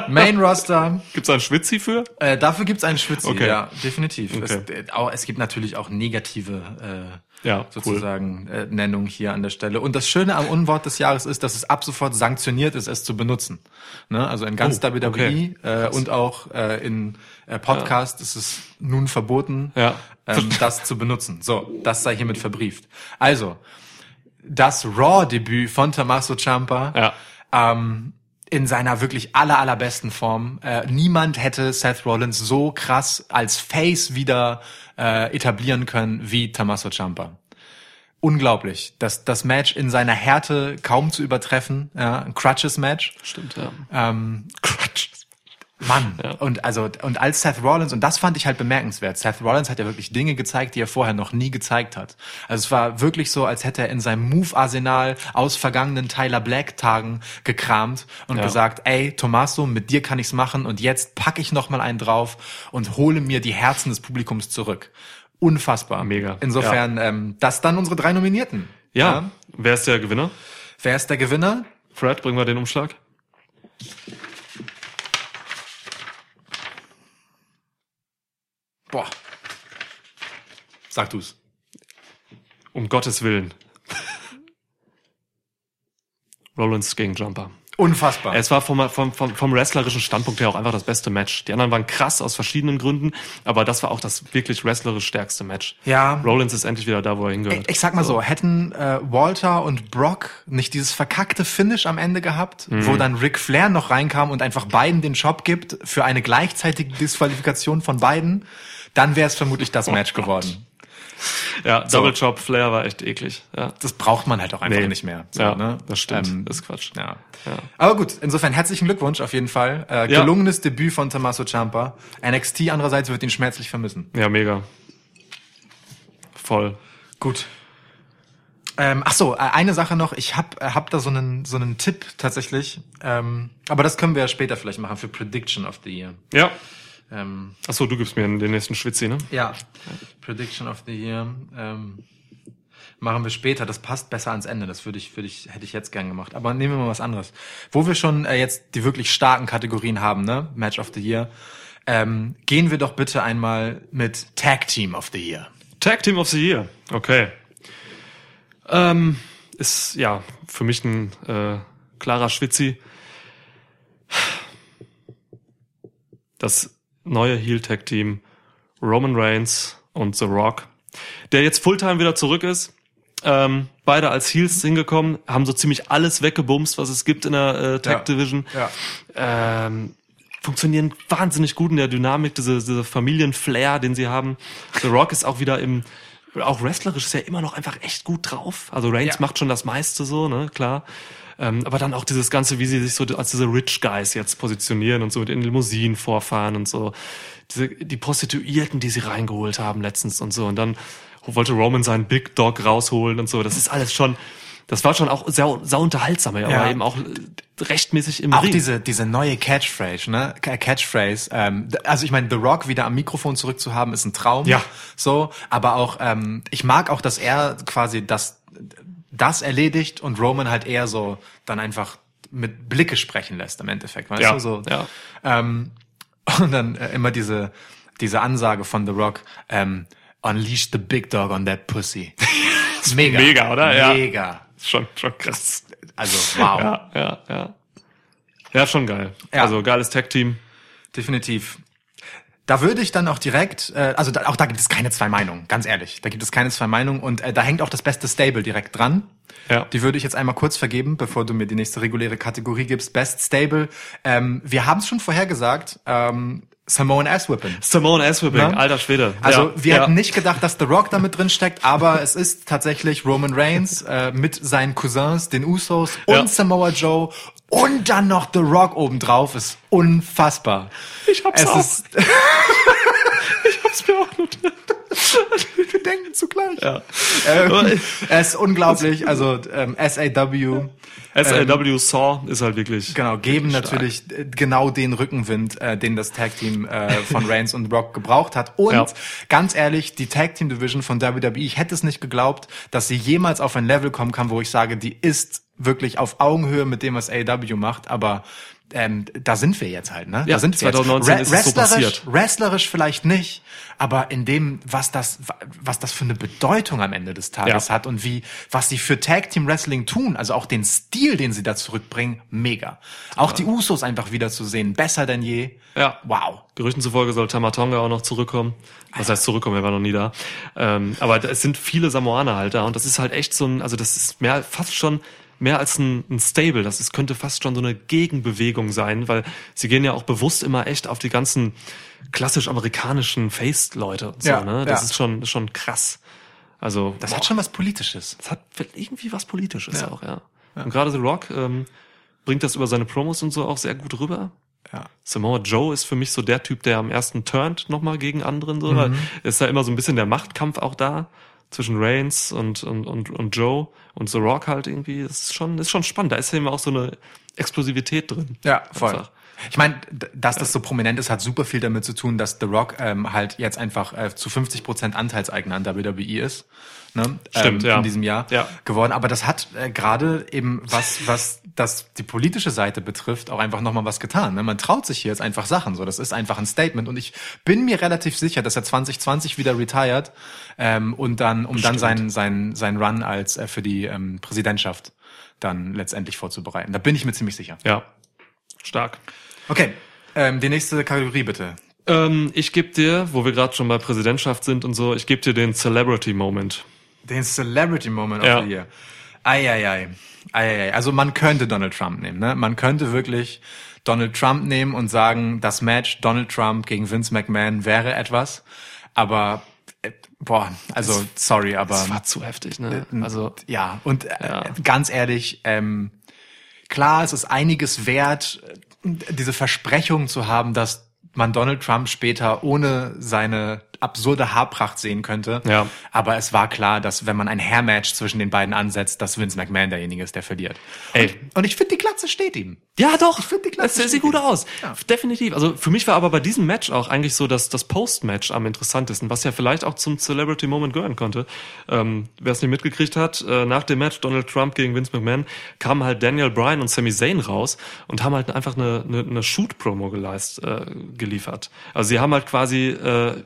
Speaker 2: Main Roster,
Speaker 1: Gibt's da einen Schwitzi für?
Speaker 2: äh, dafür gibt's einen Schwitzi,
Speaker 1: Okay.
Speaker 2: ja, definitiv.
Speaker 1: Okay.
Speaker 2: Es, äh, auch, es gibt natürlich auch negative äh,
Speaker 1: Ja, cool.
Speaker 2: sozusagen äh, Nennung hier an der Stelle. Und das Schöne am Unwort des Jahres ist, dass es ab sofort sanktioniert ist, es zu benutzen. Ne? Also in ganz
Speaker 1: Oh,
Speaker 2: WWE
Speaker 1: okay.
Speaker 2: äh, und auch äh, in äh, Podcast ist es nun verboten,
Speaker 1: Ja.
Speaker 2: ähm, das zu benutzen. So, das sei hiermit verbrieft. Also, das Raw-Debüt von Tommaso Ciampa
Speaker 1: Ja.
Speaker 2: ähm, in seiner wirklich aller, allerbesten Form. Äh, niemand hätte Seth Rollins so krass als Face wieder äh, etablieren können wie Tommaso Ciampa. Unglaublich. Das, das Match in seiner Härte kaum zu übertreffen. Ja, ein Crutches-Match.
Speaker 1: Stimmt, ja.
Speaker 2: Ähm, Mann. Und also, und als Seth Rollins, und das fand ich halt bemerkenswert, Seth Rollins hat ja wirklich Dinge gezeigt, die er vorher noch nie gezeigt hat. Also es war wirklich so, als hätte er in seinem Move-Arsenal aus vergangenen Tyler Black-Tagen gekramt und
Speaker 1: Ja.
Speaker 2: gesagt, ey, Tommaso, mit dir kann ich's machen und jetzt packe ich nochmal einen drauf und hole mir die Herzen des Publikums zurück. Unfassbar.
Speaker 1: Mega.
Speaker 2: Insofern, ähm, das dann unsere drei Nominierten.
Speaker 1: Ja. Wer ist der Gewinner?
Speaker 2: Wer ist der Gewinner?
Speaker 1: Fred, bringen wir den Umschlag?
Speaker 2: Boah. Sag du's.
Speaker 1: Um Gottes Willen. Rollins gegen Jumper.
Speaker 2: Unfassbar.
Speaker 1: Es war vom, vom, vom, vom wrestlerischen Standpunkt her auch einfach das beste Match. Die anderen waren krass aus verschiedenen Gründen, aber das war auch das wirklich wrestlerisch stärkste Match.
Speaker 2: Ja.
Speaker 1: Rollins ist endlich wieder da, wo er hingehört.
Speaker 2: Ich, ich sag mal so, hätten äh, Walter und Brock nicht dieses verkackte Finish am Ende gehabt,
Speaker 1: Mhm.
Speaker 2: wo dann Ric Flair noch reinkam und einfach beiden den Job gibt für eine gleichzeitige Disqualifikation von beiden, dann wäre es vermutlich das
Speaker 1: Oh
Speaker 2: Match geworden.
Speaker 1: Ja, Double Chop Flair war echt eklig. Ja,
Speaker 2: Das braucht man halt auch einfach
Speaker 1: Nee.
Speaker 2: nicht mehr.
Speaker 1: ja das stimmt.
Speaker 2: Ähm,
Speaker 1: das ist Quatsch.
Speaker 2: ja.
Speaker 1: Ja.
Speaker 2: Aber gut, insofern herzlichen Glückwunsch auf jeden Fall. Äh,
Speaker 1: Ja.
Speaker 2: gelungenes Debüt von Tommaso Ciampa. NXT andererseits wird ihn schmerzlich vermissen.
Speaker 1: ja, mega. Voll.
Speaker 2: Gut. Ähm, ach so, äh, eine Sache noch. Ich hab, äh, hab da so einen, so einen Tipp tatsächlich. Ähm, aber das können wir ja später vielleicht machen für Prediction of the Year.
Speaker 1: Ja.
Speaker 2: Ähm,
Speaker 1: Ach so, du gibst mir den nächsten Schwitzi, ne?
Speaker 2: ja, Prediction of the Year ähm, machen wir später. Das passt besser ans Ende. Das würde ich, würde ich, hätte ich jetzt gern gemacht. Aber nehmen wir mal was anderes. Wo wir schon äh, jetzt die wirklich starken Kategorien haben, ne? Match of the Year. Ähm, gehen wir doch bitte einmal mit Tag Team of the Year.
Speaker 1: Tag Team of the Year. Okay. Ähm, ist ja für mich ein äh, klarer Schwitzi. Das neue Heel Tag Team Roman Reigns und The Rock, der jetzt Fulltime wieder zurück ist. Ähm, beide als Heels hingekommen, haben so ziemlich alles weggebumst, was es gibt in der äh, Tag
Speaker 2: Ja.
Speaker 1: Division
Speaker 2: Ja.
Speaker 1: ähm, funktionieren wahnsinnig gut in der Dynamik, diese, diese Familienflair, den sie haben. The Rock ist auch wieder im, auch wrestlerisch ist er immer noch einfach echt gut drauf. Also Reigns
Speaker 2: Ja.
Speaker 1: macht schon das meiste so, ne, klar. Ähm, aber dann auch dieses Ganze, wie sie sich so als diese Rich Guys jetzt positionieren und so mit den Limousinen vorfahren und so. Diese, die Prostituierten, die sie reingeholt haben letztens und so. Und dann wollte Roman seinen Big Dog rausholen und so. Das ist alles schon, das war schon auch sehr, sehr unterhaltsam, ja. aber
Speaker 2: Ja.
Speaker 1: eben auch äh, rechtmäßig im
Speaker 2: Auch
Speaker 1: Ring.
Speaker 2: diese, diese neue Catchphrase, ne? K- Catchphrase. Ähm, d- also ich meine, The Rock wieder am Mikrofon zurückzuhaben, ist ein Traum.
Speaker 1: Ja.
Speaker 2: So, aber auch, ähm, ich mag auch, dass er quasi das, das erledigt und Roman halt eher so dann einfach mit Blicke sprechen lässt im Endeffekt. Weißt
Speaker 1: Ja,
Speaker 2: du? So,
Speaker 1: ja.
Speaker 2: ähm, und dann äh, immer diese, diese Ansage von The Rock, ähm, Unleash the big dog on that pussy. mega.
Speaker 1: mega, oder? Ja.
Speaker 2: Mega.
Speaker 1: Schon, schon krass.
Speaker 2: Also, wow.
Speaker 1: Ja, ja, ja. Ja, schon geil.
Speaker 2: Ja.
Speaker 1: Also geiles Tag-Team.
Speaker 2: Definitiv. Da würde ich dann auch direkt, äh, also da, auch da gibt es keine zwei Meinungen, ganz ehrlich. Da gibt es keine zwei Meinungen und äh, da hängt auch das beste Stable direkt dran.
Speaker 1: Ja.
Speaker 2: Die würde ich jetzt einmal kurz vergeben, bevor du mir die nächste reguläre Kategorie gibst. Best Stable. Ähm, wir haben es schon vorhergesagt. Ähm, Samoan Ass Whipping.
Speaker 1: Simone Aswipping,
Speaker 2: Ja.
Speaker 1: alter Schwede.
Speaker 2: Also
Speaker 1: ja,
Speaker 2: wir
Speaker 1: ja.
Speaker 2: hätten nicht gedacht, dass The Rock damit drin steckt, aber es ist tatsächlich Roman Reigns äh, mit seinen Cousins, den Usos und
Speaker 1: Ja.
Speaker 2: Samoa Joe und dann noch The Rock obendrauf. Ist unfassbar.
Speaker 1: Ich hab's
Speaker 2: es
Speaker 1: auch.
Speaker 2: ist
Speaker 1: hab's mir auch notiert.
Speaker 2: Wir denken zugleich.
Speaker 1: Ja. Aber
Speaker 2: Ähm,
Speaker 1: ich-
Speaker 2: es ist unglaublich. Also ähm, SAW,
Speaker 1: SAW
Speaker 2: ähm,
Speaker 1: Saw ist halt wirklich.
Speaker 2: genau, geben
Speaker 1: wirklich stark.
Speaker 2: natürlich äh, genau den Rückenwind, äh, den das Tag Team äh, von Reigns und Rock gebraucht hat. Und
Speaker 1: Ja.
Speaker 2: ganz ehrlich, die Tag Team Division von WWE, ich hätte es nicht geglaubt, dass sie jemals auf ein Level kommen kann, wo ich sage, die ist wirklich auf Augenhöhe mit dem, was AEW macht, aber ähm, da sind wir jetzt halt, ne?
Speaker 1: Ja,
Speaker 2: da sind wir jetzt.
Speaker 1: 2019 ist es so
Speaker 2: wrestlerisch,
Speaker 1: passiert.
Speaker 2: wrestlerisch vielleicht nicht, aber in dem, was das, was das für eine Bedeutung am Ende des Tages
Speaker 1: Ja.
Speaker 2: hat und wie, was sie für Tag Team Wrestling tun, also auch den Stil, den sie da zurückbringen, mega. Auch die Usos einfach wieder zu sehen, besser denn je.
Speaker 1: Ja.
Speaker 2: Wow.
Speaker 1: Gerüchten zufolge soll Tamatonga auch noch zurückkommen. Was heißt zurückkommen? Er war noch nie da. Ähm, aber es sind viele Samoaner halt da und das ist halt echt so ein, also das ist mehr, fast schon mehr als ein, ein Stable. Das ist, könnte fast schon so eine Gegenbewegung sein, weil sie gehen ja auch bewusst immer echt auf die ganzen klassisch amerikanischen Face-Leute und so,
Speaker 2: Ja,
Speaker 1: ne? Das
Speaker 2: ja.
Speaker 1: ist schon, ist schon krass. Also,
Speaker 2: Das hat schon was Politisches.
Speaker 1: das hat irgendwie was Politisches auch, ja. Und gerade The Rock ähm, bringt das über seine Promos und so auch sehr gut rüber.
Speaker 2: Ja.
Speaker 1: Samoa Joe ist für mich so der Typ, der am ersten turnt nochmal gegen anderen, so, weil ist da immer so ein bisschen der Machtkampf auch da zwischen Reigns und, und, und, und Joe und The Rock halt irgendwie. Das ist schon, ist schon spannend. Da ist ja immer auch so eine Explosivität drin.
Speaker 2: Ja, voll.
Speaker 1: Einfach.
Speaker 2: Ich meine, d- dass das so prominent ist, hat super viel damit zu tun, dass The Rock ähm, halt jetzt einfach äh, zu 50 Prozent Anteilseigner an WWE ist. Ne?
Speaker 1: Stimmt,
Speaker 2: ähm,
Speaker 1: ja.
Speaker 2: In diesem Jahr
Speaker 1: Ja.
Speaker 2: geworden. Aber das hat äh, gerade eben was, was das die politische Seite betrifft, auch einfach nochmal was getan. Ne? Man traut sich hier jetzt einfach Sachen. So, das ist einfach ein Statement. Und ich bin mir relativ sicher, dass er 2020 wieder retired ähm, und dann, um dann seinen seinen seinen Run als äh, für die ähm, Präsidentschaft dann letztendlich vorzubereiten. Da bin ich mir ziemlich sicher.
Speaker 1: Ja. Stark.
Speaker 2: Okay, ähm, die nächste Kategorie bitte.
Speaker 1: Ähm, ich gebe dir, wo wir gerade schon bei Präsidentschaft sind und so, ich gebe dir den Celebrity Moment.
Speaker 2: Den Celebrity Moment
Speaker 1: Ja.
Speaker 2: of the Year. Eieiei. Eieiei. Also man könnte Donald Trump nehmen, ne? Man könnte wirklich Donald Trump nehmen und sagen, das Match Donald Trump gegen Vince McMahon wäre etwas. Aber äh, boah, also sorry, aber.
Speaker 1: Das war zu heftig, ne? Also,
Speaker 2: Ja, und äh,
Speaker 1: Ja.
Speaker 2: ganz ehrlich, ähm, klar, es ist einiges wert, äh, diese Versprechung zu haben, dass man Donald Trump später ohne seine absurde Haarpracht sehen könnte.
Speaker 1: Ja.
Speaker 2: Aber es war klar, dass wenn man ein Hairmatch zwischen den beiden ansetzt, dass Vince McMahon derjenige ist, der verliert.
Speaker 1: ey,
Speaker 2: Und ich finde, die Glatze steht ihm.
Speaker 1: Ja, doch.
Speaker 2: Ich finde die Klasse
Speaker 1: das sieht
Speaker 2: steht
Speaker 1: gut
Speaker 2: ihm.
Speaker 1: aus.
Speaker 2: Ja.
Speaker 1: Definitiv. Also für mich war aber bei diesem Match auch eigentlich so das, das Post-Match am interessantesten, was ja vielleicht auch zum Celebrity Moment gehören konnte. Ähm, Wer es nicht mitgekriegt hat, äh, nach dem Match Donald Trump gegen Vince McMahon kamen halt Daniel Bryan und Sami Zayn raus und haben halt einfach eine, eine, eine Shoot-Promo geleist, äh, geliefert. Also sie haben halt quasi äh,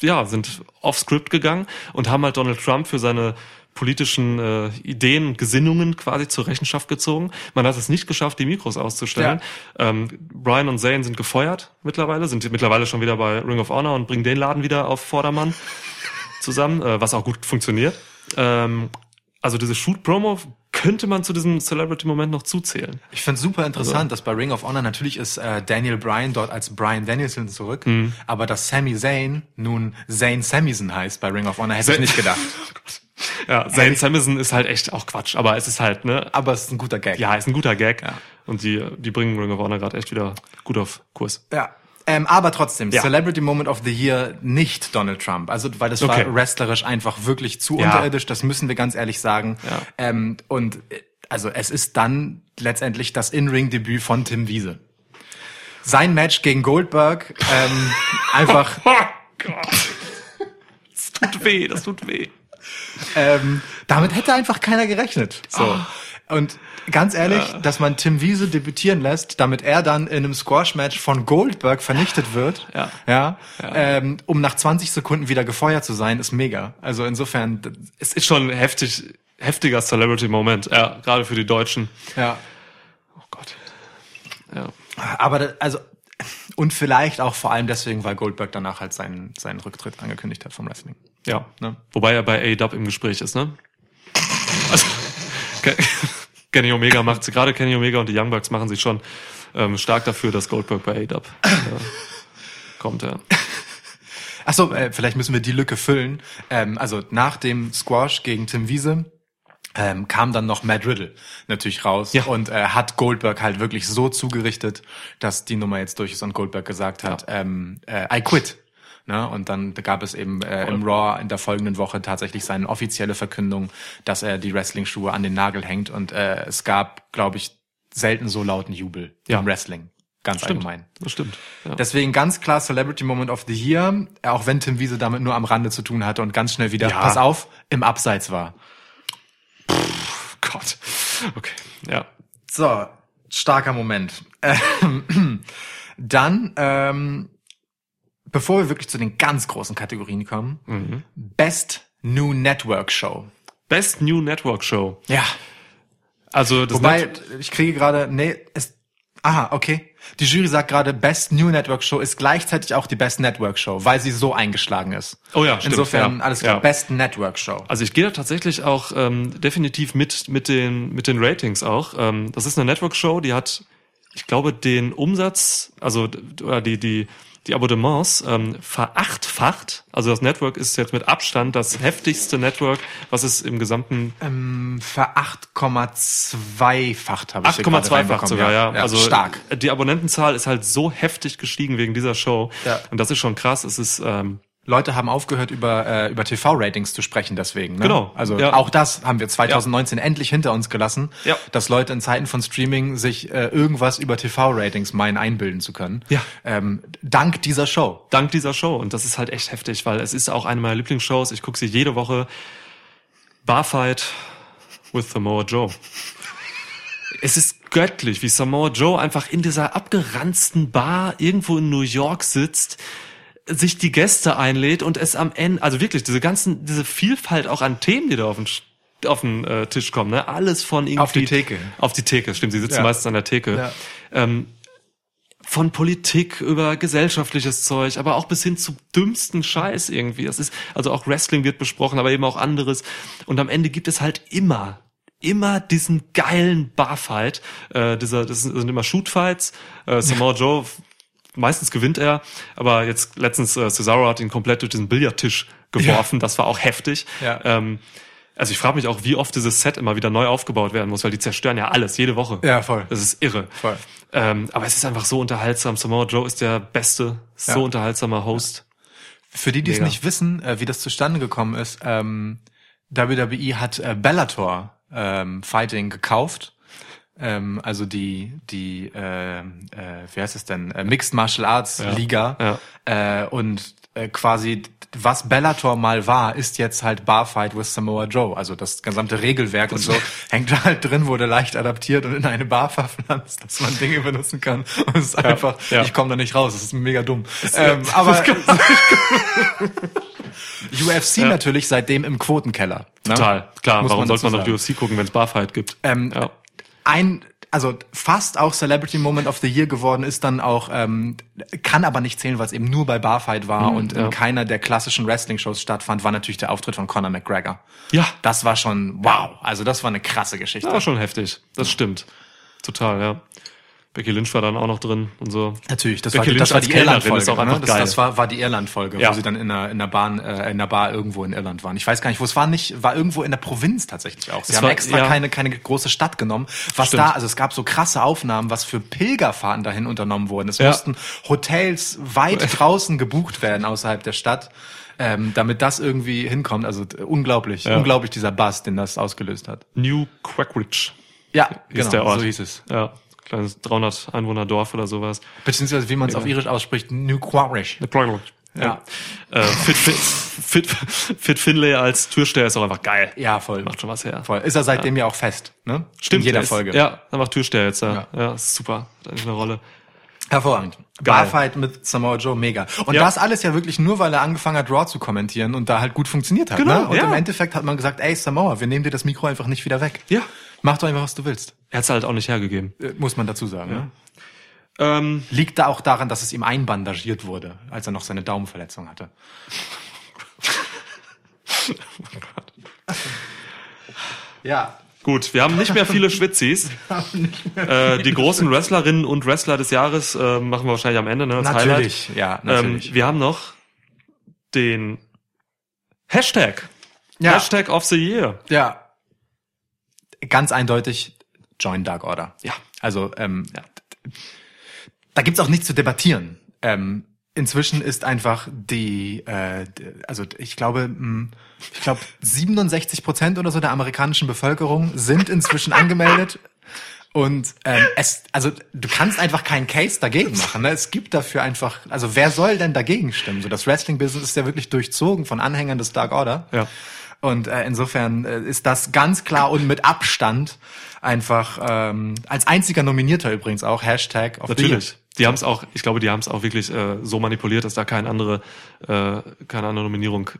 Speaker 1: ja, sind off-script gegangen und haben halt Donald Trump für seine politischen äh, Ideen und Gesinnungen quasi zur Rechenschaft gezogen. Man hat es nicht geschafft, die Mikros auszustellen. Ähm, Brian und Zane sind gefeuert mittlerweile, sind mittlerweile schon wieder bei Ring of Honor und bringen den Laden wieder auf Vordermann zusammen, äh, was auch gut funktioniert. Ähm, also diese Shoot-Promo könnte man zu diesem Celebrity-Moment noch zuzählen.
Speaker 2: Ich finde super interessant,
Speaker 1: Also
Speaker 2: dass bei Ring of Honor natürlich ist äh, Daniel Bryan dort als Bryan Danielson zurück,
Speaker 1: Mhm.
Speaker 2: aber dass Sami Zayn nun Zayn Samison heißt bei Ring of Honor, hätte ich
Speaker 1: Zayn-
Speaker 2: nicht gedacht.
Speaker 1: Ja, Zane
Speaker 2: Ehrlich?
Speaker 1: Samson ist halt echt auch Quatsch, aber es ist halt, ne,
Speaker 2: Aber es ist ein guter Gag.
Speaker 1: ja, ist ein guter Gag.
Speaker 2: Ja.
Speaker 1: Und die, die bringen Ring of Honor gerade echt wieder gut auf Kurs.
Speaker 2: Ja. Ähm, aber trotzdem,
Speaker 1: Ja.
Speaker 2: Celebrity Moment of the Year nicht Donald Trump. Also, weil das
Speaker 1: Okay.
Speaker 2: war wrestlerisch einfach wirklich zu
Speaker 1: Ja.
Speaker 2: unterirdisch, das müssen wir ganz ehrlich sagen.
Speaker 1: Ja.
Speaker 2: Ähm, und äh, also es ist dann letztendlich das In-Ring-Debüt von Tim Wiese. Sein Match gegen Goldberg, ähm, einfach
Speaker 1: Oh Gott. Das tut weh, das tut weh.
Speaker 2: ähm, Ah. damit hätte einfach keiner gerechnet. So. Und ganz ehrlich, dass man Tim Wiese debütieren lässt, damit er dann in einem Squash-Match von Goldberg vernichtet wird,
Speaker 1: Ja.
Speaker 2: ja, Ähm, um nach 20 Sekunden wieder gefeuert zu sein, ist mega. Also insofern, d-
Speaker 1: Es ist schon heftig, heftiger Celebrity-Moment, ja, gerade für die Deutschen.
Speaker 2: ja.
Speaker 1: Oh Gott. Ja.
Speaker 2: Aber da- also Und vielleicht auch vor allem deswegen, weil Goldberg danach halt seinen, seinen Rücktritt angekündigt hat vom Wrestling.
Speaker 1: Ja.
Speaker 2: Ne?
Speaker 1: Wobei er bei A-Dub im Gespräch ist, ne? Also, Ke- Kenny Omega macht gerade Kenny Omega und die Young Bucks machen sich schon ähm, stark dafür, dass Goldberg bei A-Dub äh, kommt. Ja.
Speaker 2: Achso, äh, vielleicht müssen wir die Lücke füllen. Ähm, also nach dem Squash gegen Tim Wiese ähm, kam dann noch Matt Riddle natürlich raus
Speaker 1: Ja.
Speaker 2: und äh, hat Goldberg halt wirklich so zugerichtet, dass die Nummer jetzt durch ist und Goldberg gesagt hat, ähm, äh, I quit. Ne? Und dann gab es eben äh, im Raw in der folgenden Woche tatsächlich seine offizielle Verkündung, dass er die Wrestling-Schuhe an den Nagel hängt. Und äh, es gab, glaube ich, selten so lauten Jubel
Speaker 1: Ja.
Speaker 2: im Wrestling. Ganz
Speaker 1: Stimmt.
Speaker 2: allgemein.
Speaker 1: Das stimmt. Ja.
Speaker 2: Deswegen ganz klar Celebrity Moment of the Year, äh, auch wenn Tim Wiese damit nur am Rande zu tun hatte und ganz schnell wieder,
Speaker 1: Ja.
Speaker 2: pass auf, im Abseits war.
Speaker 1: Oh Gott. Okay. Ja.
Speaker 2: So, starker Moment. Ähm, Dann, ähm, bevor wir wirklich zu den ganz großen Kategorien kommen,
Speaker 1: Mhm.
Speaker 2: Best New Network Show.
Speaker 1: Best New Network Show.
Speaker 2: Ja.
Speaker 1: Also das
Speaker 2: Wobei,
Speaker 1: Net
Speaker 2: ich kriege gerade, nee, es, aha, okay. Die Jury sagt gerade, Best New Network Show ist gleichzeitig auch die Best Network Show, weil sie so eingeschlagen ist.
Speaker 1: Oh ja, stimmt,
Speaker 2: Insofern,
Speaker 1: ja,
Speaker 2: alles klar,
Speaker 1: ja.
Speaker 2: Best Network Show.
Speaker 1: Also ich gehe da tatsächlich auch ähm, definitiv mit mit den mit den Ratings auch. Ähm, das ist eine Network Show, die hat, ich glaube, den Umsatz, also d- oder die die die Abonnements ähm, verachtfacht. Also das Network ist jetzt mit Abstand das heftigste Network, was es im gesamten
Speaker 2: Ver 8,2-facht habe ich hier gerade
Speaker 1: 8,2-fach
Speaker 2: reinbekommen.
Speaker 1: sogar, ja. Also
Speaker 2: stark.
Speaker 1: Die Abonnentenzahl ist halt so heftig gestiegen wegen dieser Show.
Speaker 2: Ja.
Speaker 1: Und das ist schon krass. Es ist ähm,
Speaker 2: Leute haben aufgehört, über, äh, über TV-Ratings zu sprechen deswegen. Ne?
Speaker 1: Genau,
Speaker 2: Also
Speaker 1: ja.
Speaker 2: auch das haben wir 2019 endlich hinter uns gelassen,
Speaker 1: Ja.
Speaker 2: dass Leute in Zeiten von Streaming sich äh, irgendwas über TV-Ratings meinen, einbilden zu können.
Speaker 1: Ja.
Speaker 2: Ähm, dank dieser Show.
Speaker 1: dank dieser Show. Und das ist halt echt heftig, weil es ist auch eine meiner Lieblingsshows. Ich gucke sie jede Woche. Barfight with Samoa Joe. Es ist göttlich, wie Samoa Joe einfach in dieser abgeranzten Bar irgendwo in New York sitzt, sich die Gäste einlädt und es am Ende, also wirklich diese ganzen, diese Vielfalt auch an Themen, die da auf den, Sch- auf den äh, Tisch kommen, ne? Alles von irgendwie
Speaker 2: Auf die Theke.
Speaker 1: auf die Theke, stimmt. Sie sitzen
Speaker 2: Ja.
Speaker 1: meistens an der Theke.
Speaker 2: Ja.
Speaker 1: Ähm, von Politik über gesellschaftliches Zeug, aber auch bis hin zu dümmsten Scheiß irgendwie. Es ist, also auch Wrestling wird besprochen, aber eben auch anderes. Und am Ende gibt es halt immer, immer diesen geilen Barfight. Äh, dieser, das sind immer Shootfights. Äh, Samoa Joe, meistens gewinnt er, aber jetzt letztens äh, Cesaro hat ihn komplett durch diesen Billardtisch geworfen. Das war auch heftig.
Speaker 2: Ja.
Speaker 1: Ähm, also ich frage mich auch, wie oft dieses Set immer wieder neu aufgebaut werden muss, weil die zerstören ja alles, jede Woche.
Speaker 2: Ja, voll.
Speaker 1: Das ist irre.
Speaker 2: Voll.
Speaker 1: Ähm, aber es ist einfach so unterhaltsam. Samoa Joe ist der beste, so
Speaker 2: Ja.
Speaker 1: unterhaltsamer Host.
Speaker 2: Für die, die es
Speaker 1: Mega.
Speaker 2: nicht wissen, äh, wie das zustande gekommen ist, ähm, WWE hat äh, Bellator ähm, Fighting gekauft. Ähm, also die, die, äh, äh, wie heißt es denn, äh, Mixed Martial Arts Liga. Äh, und äh, quasi, was Bellator mal war, ist jetzt halt Bar Fight with Samoa Joe. Also das gesamte Regelwerk und so hängt da halt drin, wurde leicht adaptiert und in eine Bar verpflanzt, dass man Dinge benutzen kann. Und es ist einfach,
Speaker 1: ja.
Speaker 2: ich komme da nicht raus, das ist mega dumm. Ähm, aber UFC natürlich seitdem im Quotenkeller. ne?
Speaker 1: Total. Klar,
Speaker 2: Muss
Speaker 1: warum sollte
Speaker 2: dazu
Speaker 1: man noch
Speaker 2: sagen.
Speaker 1: UFC gucken, wenn es Barfight gibt?
Speaker 2: Ähm,
Speaker 1: ja.
Speaker 2: Ein, also fast auch Celebrity Moment of the Year geworden ist dann auch, ähm, kann aber nicht zählen, weil es eben nur bei Barfight
Speaker 1: Mhm,
Speaker 2: war und in keiner der klassischen Wrestling-Shows stattfand, war natürlich der Auftritt von Conor McGregor.
Speaker 1: ja,
Speaker 2: Das war schon wow. Also das war eine krasse Geschichte.
Speaker 1: das war schon heftig. Das stimmt. Total, ja. Becky Lynch war dann auch noch drin und so.
Speaker 2: Natürlich, das
Speaker 1: Becky
Speaker 2: war, die-
Speaker 1: Lynch
Speaker 2: das war
Speaker 1: als
Speaker 2: die
Speaker 1: Kellnerin
Speaker 2: Irland-Folge.
Speaker 1: ist auch
Speaker 2: ne?
Speaker 1: einfach
Speaker 2: das,
Speaker 1: geil.
Speaker 2: das war, war die Irland-Folge,
Speaker 1: Ja.
Speaker 2: wo sie dann in einer, in einer Bahn, äh, in einer Bar irgendwo in Irland waren. Ich weiß gar nicht, wo es war, nicht, war irgendwo in der Provinz tatsächlich auch. Sie
Speaker 1: Es
Speaker 2: haben
Speaker 1: war-
Speaker 2: extra
Speaker 1: ja.
Speaker 2: keine, keine große Stadt genommen. Was
Speaker 1: Stimmt.
Speaker 2: da, also es gab so krasse Aufnahmen, was für Pilgerfahrten dahin unternommen wurden. Es
Speaker 1: Ja.
Speaker 2: mussten Hotels weit draußen gebucht werden außerhalb der Stadt. Ähm, damit das irgendwie hinkommt, also äh, unglaublich, unglaublich dieser Bass, den das ausgelöst hat.
Speaker 1: New Quackridge
Speaker 2: Ja,
Speaker 1: genau. hieß der Ort.
Speaker 2: Genau, so hieß es.
Speaker 1: Ja, kleines 300 Einwohner Dorf oder sowas.
Speaker 2: Beziehungsweise, wie man es auf Irisch ausspricht, New Quarrish. Ja.
Speaker 1: Äh, fit, fit, fit, fit Finlay als Türsteher ist auch einfach geil.
Speaker 2: Ja, voll.
Speaker 1: Macht schon was her.
Speaker 2: Voll. Ist er seitdem ja, auch fest, ne?
Speaker 1: Stimmt.
Speaker 2: In jeder
Speaker 1: der ist,
Speaker 2: Folge.
Speaker 1: Ja, dann macht Türsteher jetzt, ja.
Speaker 2: Ja.
Speaker 1: Ja, ist super. Hat eigentlich eine Rolle.
Speaker 2: Hervorragend.
Speaker 1: Geil.
Speaker 2: Barfight mit Samoa Joe, mega. Und
Speaker 1: Ja.
Speaker 2: das alles ja wirklich nur, weil er angefangen hat, Raw zu kommentieren und da halt gut funktioniert hat.
Speaker 1: Genau,
Speaker 2: ne? Und
Speaker 1: ja.
Speaker 2: im Endeffekt hat man gesagt, ey Samoa, wir nehmen dir das Mikro einfach nicht wieder weg.
Speaker 1: Ja.
Speaker 2: Mach doch einfach, was du willst.
Speaker 1: Er hat's halt auch nicht hergegeben.
Speaker 2: Äh, Muss man dazu sagen, ne?
Speaker 1: Ähm,
Speaker 2: Liegt da auch daran, dass es ihm einbandagiert wurde, als er noch seine Daumenverletzung hatte. Ja.
Speaker 1: gut, wir haben nicht mehr viele Schwitzis. äh, die großen Wrestlerinnen und Wrestler des Jahres äh, machen wir wahrscheinlich am Ende. Ne, als
Speaker 2: Natürlich, ja,
Speaker 1: Highlight.
Speaker 2: natürlich.
Speaker 1: Ähm, wir haben noch den Hashtag.
Speaker 2: Ja.
Speaker 1: Hashtag of the Year.
Speaker 2: Ja. Ganz eindeutig Join Dark Order.
Speaker 1: Ja.
Speaker 2: Also ähm, da gibt's auch nichts zu debattieren. Ähm, inzwischen ist einfach die, äh, d- also ich glaube, mh, ich glaube 67 Prozent oder so der amerikanischen Bevölkerung sind inzwischen angemeldet. Und ähm, es, also du kannst einfach keinen Case dagegen machen. Ne? Es gibt dafür einfach, also wer soll denn dagegen stimmen? So das Wrestling-Business ist ja wirklich durchzogen von Anhängern des Dark Order.
Speaker 1: Ja.
Speaker 2: Und äh, insofern äh, ist das ganz klar und mit Abstand einfach ähm, als einziger Nominierter übrigens auch Hashtag auf
Speaker 1: Natürlich. Die haben es auch, ich glaube, die haben es auch wirklich äh, so manipuliert, dass da keine andere, äh, keine andere Nominierung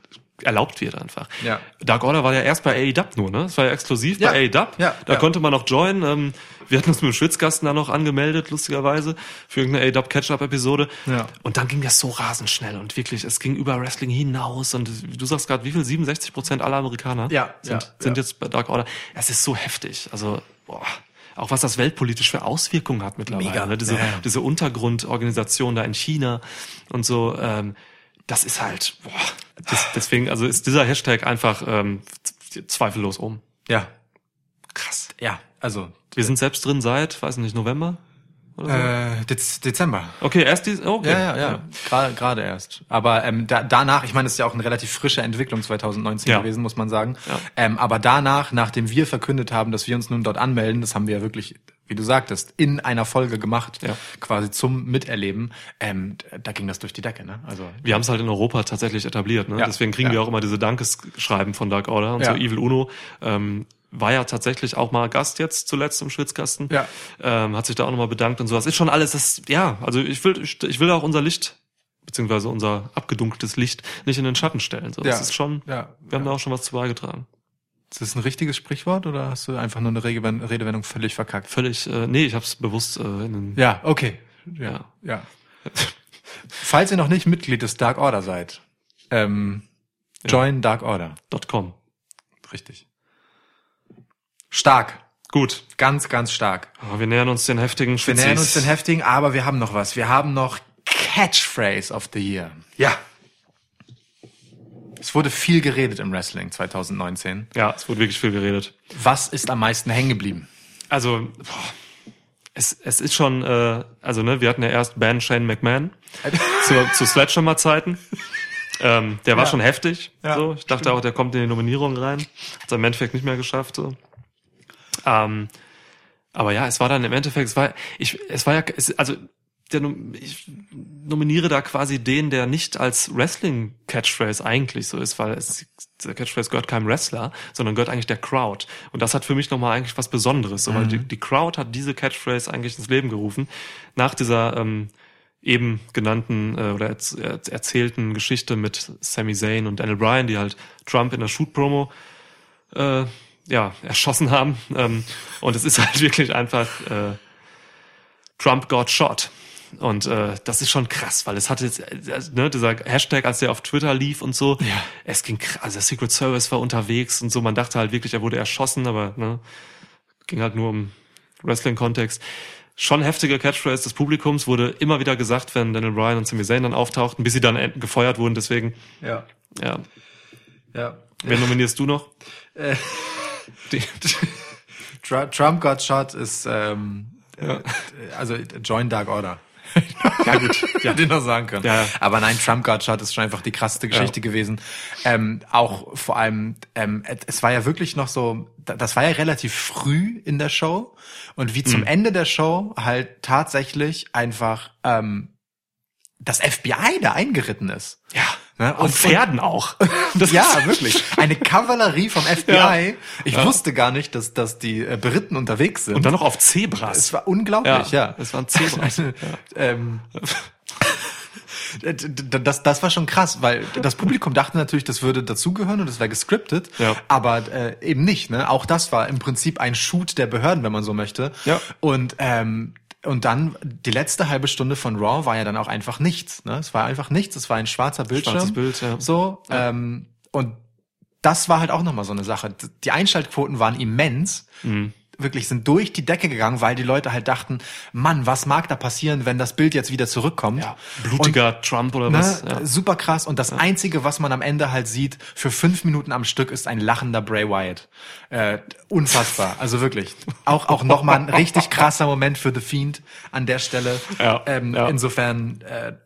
Speaker 1: erlaubt wird einfach.
Speaker 2: Ja.
Speaker 1: Dark Order war ja erst bei AEW nur, ne? Es war ja exklusiv
Speaker 2: Ja.
Speaker 1: bei AEW.
Speaker 2: Ja,
Speaker 1: Da
Speaker 2: ja.
Speaker 1: konnte man noch joinen. Ähm, wir hatten uns mit dem Schwitzkasten da noch angemeldet, lustigerweise, für irgendeine AEW Catch-Up-Episode.
Speaker 2: Ja.
Speaker 1: Und dann ging das so rasend schnell und wirklich, es ging über Wrestling hinaus und du sagst gerade, wie viel? 67 Prozent aller Amerikaner
Speaker 2: Ja,
Speaker 1: sind,
Speaker 2: ja,
Speaker 1: sind
Speaker 2: ja.
Speaker 1: jetzt bei Dark Order. Es ist so heftig. Also, boah. Auch was das weltpolitisch für Auswirkungen hat mittlerweile.
Speaker 2: Mega.
Speaker 1: Ne? Diese,
Speaker 2: Ja, ja.
Speaker 1: diese Untergrundorganisation da in China und so, ähm, das ist halt, boah, das, deswegen, also ist dieser Hashtag einfach ähm, z- zweifellos um.
Speaker 2: Ja,
Speaker 1: Krass.
Speaker 2: ja, also
Speaker 1: Wir sind selbst drin seit, weiß nicht, November? Oder
Speaker 2: äh, Dez Dezember.
Speaker 1: so? Okay, erst die, oh, okay.
Speaker 2: Ja, ja, ja. Gerade, gerade erst. Aber ähm, da, danach, ich meine, es ist ja auch eine relativ frische Entwicklung 2019
Speaker 1: Ja.
Speaker 2: gewesen, muss man sagen.
Speaker 1: Ja.
Speaker 2: Ähm, aber danach, nachdem wir verkündet haben, dass wir uns nun dort anmelden, das haben wir ja wirklich, wie du sagtest, in einer Folge gemacht,
Speaker 1: Ja.
Speaker 2: quasi zum Miterleben. Ähm, d- da ging das durch die Decke, ne? Also
Speaker 1: Wir haben es halt in Europa tatsächlich etabliert, ne?
Speaker 2: Ja,
Speaker 1: Deswegen kriegen
Speaker 2: ja.
Speaker 1: wir auch immer diese Dankeschreiben von Dark Order und so
Speaker 2: Ja.
Speaker 1: Evil Uno. Ähm, war ja tatsächlich auch mal Gast jetzt zuletzt im Schwitzkasten.
Speaker 2: Ja.
Speaker 1: Ähm, hat sich da auch nochmal bedankt und sowas. Ist schon alles, das, ja, also ich will, ich, ich will auch unser Licht, beziehungsweise unser abgedunkeltes Licht, nicht in den Schatten stellen. So, das
Speaker 2: Ja.
Speaker 1: ist schon,
Speaker 2: Ja.
Speaker 1: wir haben da auch schon was zu beigetragen.
Speaker 2: Ist das ein richtiges Sprichwort oder hast du einfach nur eine Rege- Redewendung völlig verkackt?
Speaker 1: Völlig, äh, nee, ich hab's bewusst äh, in den,
Speaker 2: Ja, okay.
Speaker 1: Ja.
Speaker 2: Ja, ja. Falls ihr noch nicht Mitglied des Dark Order seid, ähm, join Dark Order.
Speaker 1: .com.
Speaker 2: Richtig. Stark.
Speaker 1: Gut.
Speaker 2: Ganz, ganz stark.
Speaker 1: Aber wir nähern uns den heftigen
Speaker 2: Wir
Speaker 1: Schwitzis.
Speaker 2: nähern uns den Heftigen, aber wir haben noch was. Wir haben noch Catchphrase of the Year.
Speaker 1: Ja.
Speaker 2: Es wurde viel geredet im Wrestling 2019.
Speaker 1: Ja, es wurde wirklich viel geredet.
Speaker 2: Was ist am meisten hängen geblieben?
Speaker 1: Also, boah, es, es ist schon, äh, also ne, wir hatten ja erst Ban Shane McMahon zu, zu Sledgehammer-Zeiten. Ähm, der war
Speaker 2: Ja.
Speaker 1: schon heftig.
Speaker 2: Ja,
Speaker 1: so. Ich dachte auch, der kommt in die Nominierung rein. Hat im Endeffekt nicht mehr geschafft. So. Ähm, aber ja, es war dann im Endeffekt, es war, ich, es war ja, es, also der, Nom- ich nominiere da quasi den, der nicht als Wrestling-Catchphrase eigentlich so ist, weil es, der Catchphrase gehört keinem Wrestler, sondern gehört eigentlich der Crowd. Und das hat für mich nochmal eigentlich was Besonderes, so, weil
Speaker 2: Mhm.
Speaker 1: die, die Crowd hat diese Catchphrase eigentlich ins Leben gerufen, nach dieser ähm, eben genannten äh, oder erz, erz- erzählten Geschichte mit Sami Zayn und Daniel Bryan, die halt Trump in der Shoot-Promo äh, ja, erschossen haben. Ähm, und es ist halt wirklich einfach äh, Trump got shot. Und äh, das ist schon krass, weil es hatte jetzt, äh, ne, dieser Hashtag, als der auf Twitter lief und so,
Speaker 2: Ja.
Speaker 1: es ging krass, also der Secret Service war unterwegs und so, man dachte halt wirklich, er wurde erschossen, aber ne, ging halt nur um Wrestling-Kontext. Schon heftige Catchphrase des Publikums wurde immer wieder gesagt, wenn Daniel Bryan und Sami Zayn dann auftauchten, bis sie dann äh, gefeuert wurden, deswegen,
Speaker 2: Ja,
Speaker 1: ja.
Speaker 2: ja.
Speaker 1: Wen nominierst du noch?
Speaker 2: Tru- Trump got shot ist, ähm, äh, also äh, join Dark Order. ja gut, ja. hätte ich noch sagen können.
Speaker 1: Ja.
Speaker 2: Aber nein, Trump got shot ist schon einfach die krasseste Geschichte gewesen. Ähm, auch vor allem, ähm, et- es war ja wirklich noch so, da- das war ja relativ früh in der Show und wie zum Ende der Show halt tatsächlich einfach ähm, das FBI da eingeritten ist.
Speaker 1: Ja.
Speaker 2: Ne?
Speaker 1: Auf Pferden auch. Das
Speaker 2: Ja,
Speaker 1: ist-
Speaker 2: wirklich. Eine Kavallerie vom FBI.
Speaker 1: Ja.
Speaker 2: Ich
Speaker 1: Ja.
Speaker 2: wusste gar nicht, dass, dass die äh, Beritten unterwegs sind.
Speaker 1: Und dann noch auf Zebras.
Speaker 2: es war unglaublich,
Speaker 1: Ja,
Speaker 2: ja.
Speaker 1: es waren Zebras.
Speaker 2: Also, ähm, d- d- das, das war schon krass, weil das Publikum dachte natürlich, das würde dazugehören und das wäre gescriptet,
Speaker 1: Ja.
Speaker 2: aber äh, eben nicht. Ne? Auch das war im Prinzip ein Shoot der Behörden, wenn man so möchte.
Speaker 1: Ja.
Speaker 2: Und ähm, Und dann die letzte halbe Stunde von Raw war ja dann auch einfach nichts. Ne? Es war einfach nichts. Es war ein schwarzer Bildschirm.
Speaker 1: Schwarzes Bild, ja.
Speaker 2: So ähm, und das war halt auch nochmal so eine Sache. D- Die Einschaltquoten waren immens.
Speaker 1: Mhm.
Speaker 2: Wirklich sind durch die Decke gegangen, weil die Leute halt dachten, Mann, was mag da passieren, wenn das Bild jetzt wieder zurückkommt? Ja,
Speaker 1: Blutiger Trump oder was?
Speaker 2: Ne,
Speaker 1: Ja.
Speaker 2: Super krass. Und das Einzige, was man am Ende halt sieht, für fünf Minuten am Stück, ist ein lachender Bray Wyatt. Äh, unfassbar. Also wirklich. Auch, auch nochmal ein richtig krasser Moment für The Fiend an der Stelle.
Speaker 1: Ja,
Speaker 2: ähm,
Speaker 1: ja.
Speaker 2: Insofern äh,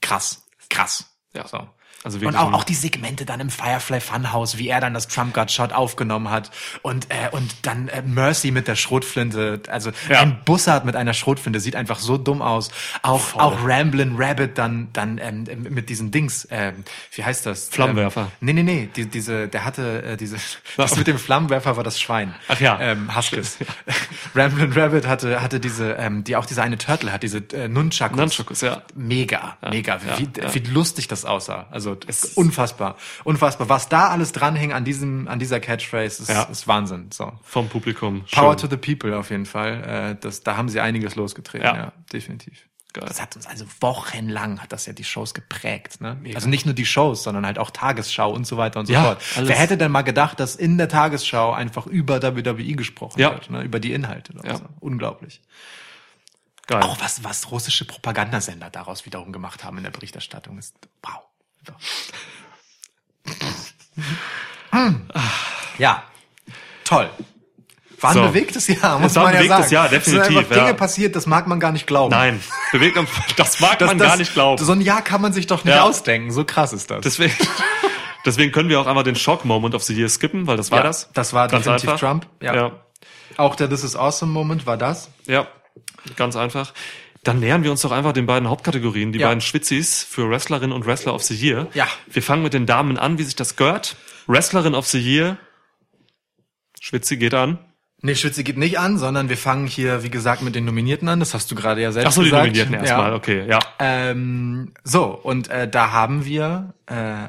Speaker 2: krass. Krass.
Speaker 1: Ja.
Speaker 2: So.
Speaker 1: Also
Speaker 2: und
Speaker 1: wirklich
Speaker 2: auch,
Speaker 1: ein-
Speaker 2: auch die Segmente dann im Firefly Funhouse, wie er dann das Trump Guard Shot aufgenommen hat und äh, und dann äh, Mercy mit der Schrotflinte, also
Speaker 1: Ja.
Speaker 2: ein Bussard mit einer Schrotflinte sieht einfach so dumm aus. Auch auch Ramblin' Rabbit dann dann ähm, mit diesen Dings, ähm, wie heißt das?
Speaker 1: Flammenwerfer.
Speaker 2: Ähm, nee, nee, nee, die, diese der hatte äh, diese das mit dem Flammenwerfer war das Schwein.
Speaker 1: Ach ja.
Speaker 2: Ähm, Huskis. Ramblin' Rabbit hatte hatte diese ähm, die auch diese eine Turtle hat diese äh, Nunchakus.
Speaker 1: Nunchakus, ja.
Speaker 2: Mega, mega,
Speaker 1: ja,
Speaker 2: wie,
Speaker 1: ja.
Speaker 2: wie lustig das aussah. Also es ist unfassbar, unfassbar. Was da alles dranhing an diesem, an dieser Catchphrase, ist,
Speaker 1: Ja.
Speaker 2: ist Wahnsinn. So.
Speaker 1: Vom Publikum. Schön.
Speaker 2: Power to the people auf jeden Fall. Äh, das, da haben sie einiges losgetreten. Ja,
Speaker 1: Ja.
Speaker 2: definitiv.
Speaker 1: Geil.
Speaker 2: Das hat uns also wochenlang hat das ja die Shows geprägt. Ne? Also nicht nur die Shows, sondern halt auch Tagesschau und so weiter und so
Speaker 1: Ja,
Speaker 2: fort.
Speaker 1: alles.
Speaker 2: Wer hätte denn mal gedacht, dass in der Tagesschau einfach über WWE gesprochen
Speaker 1: Ja.
Speaker 2: wird, ne? über die Inhalte.
Speaker 1: Ja.
Speaker 2: So. Unglaublich.
Speaker 1: Geil.
Speaker 2: Auch was, was russische Propagandasender daraus wiederum gemacht haben in der Berichterstattung ist wow. Hm. ja, toll. War ein
Speaker 1: So.
Speaker 2: bewegtes Jahr, muss
Speaker 1: Es war ein
Speaker 2: man ja
Speaker 1: bewegtes
Speaker 2: sagen.
Speaker 1: Jahr,
Speaker 2: Es sind
Speaker 1: definitiv,
Speaker 2: einfach Dinge
Speaker 1: ja.
Speaker 2: passiert, das mag man gar nicht glauben.
Speaker 1: Nein, bewegt am- das mag
Speaker 2: das,
Speaker 1: man
Speaker 2: das,
Speaker 1: gar nicht glauben.
Speaker 2: So ein Jahr kann man sich doch nicht
Speaker 1: Ja.
Speaker 2: ausdenken, so krass ist das.
Speaker 1: deswegen, deswegen können wir auch einmal den Shock-Moment of the Year skippen, weil das war
Speaker 2: Ja,
Speaker 1: das.
Speaker 2: das war
Speaker 1: Ganz
Speaker 2: definitiv
Speaker 1: einfach.
Speaker 2: Trump, ja.
Speaker 1: Ja. ja,
Speaker 2: Auch der This is Awesome Moment war das.
Speaker 1: ja, ganz einfach. Dann nähern wir uns doch einfach den beiden Hauptkategorien, die
Speaker 2: Ja.
Speaker 1: beiden Schwitzis für Wrestlerinnen und Wrestler of the Year.
Speaker 2: Ja.
Speaker 1: Wir fangen mit den Damen an, wie sich das gehört. Wrestlerin of the Year. Schwitzi geht an.
Speaker 2: Nee, Schwitze geht nicht an, sondern wir fangen hier, wie gesagt, mit den Nominierten an. Das hast du gerade ja selbst
Speaker 1: Ach so, die
Speaker 2: gesagt.
Speaker 1: Nominierten erstmal, okay, ja.
Speaker 2: Ähm, so, und äh, da haben wir äh,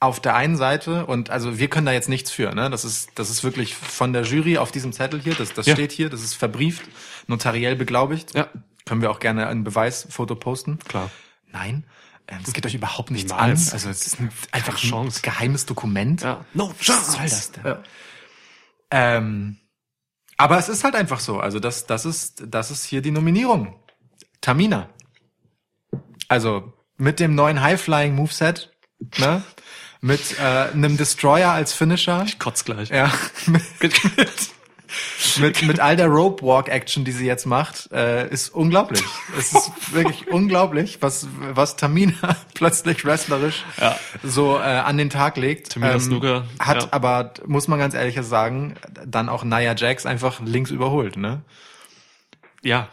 Speaker 2: auf der einen Seite, und also wir können da jetzt nichts für, ne? Das ist, das ist wirklich von der Jury auf diesem Zettel hier, das, das
Speaker 1: Ja.
Speaker 2: steht hier, das ist verbrieft, notariell beglaubigt.
Speaker 1: Ja.
Speaker 2: Können wir auch gerne ein Beweisfoto posten.
Speaker 1: Klar.
Speaker 2: Nein. ähm, Es geht euch überhaupt nichts
Speaker 1: Niemals.
Speaker 2: an. Also es ist ein, einfach ein
Speaker 1: Chance.
Speaker 2: geheimes Dokument.
Speaker 1: Ja. No
Speaker 2: Was soll das denn? Ähm, aber es ist halt einfach so. Also das, das ist, das ist hier die Nominierung. Tamina. Also mit dem neuen High-Flying Moveset, ne? Mit äh, einem Destroyer als Finisher.
Speaker 1: Kotz gleich.
Speaker 2: Ja. mit, mit all der Rope Walk Action, die sie jetzt macht, äh, ist unglaublich. Es ist wirklich unglaublich, was, was Tamina plötzlich wrestlerisch
Speaker 1: Ja.
Speaker 2: so äh, an den Tag legt. Ähm,
Speaker 1: Tamina Snuka,
Speaker 2: Hat
Speaker 1: ja.
Speaker 2: aber, muss man ganz ehrlich sagen, dann auch Nia Jax einfach links überholt, ne?
Speaker 1: ja,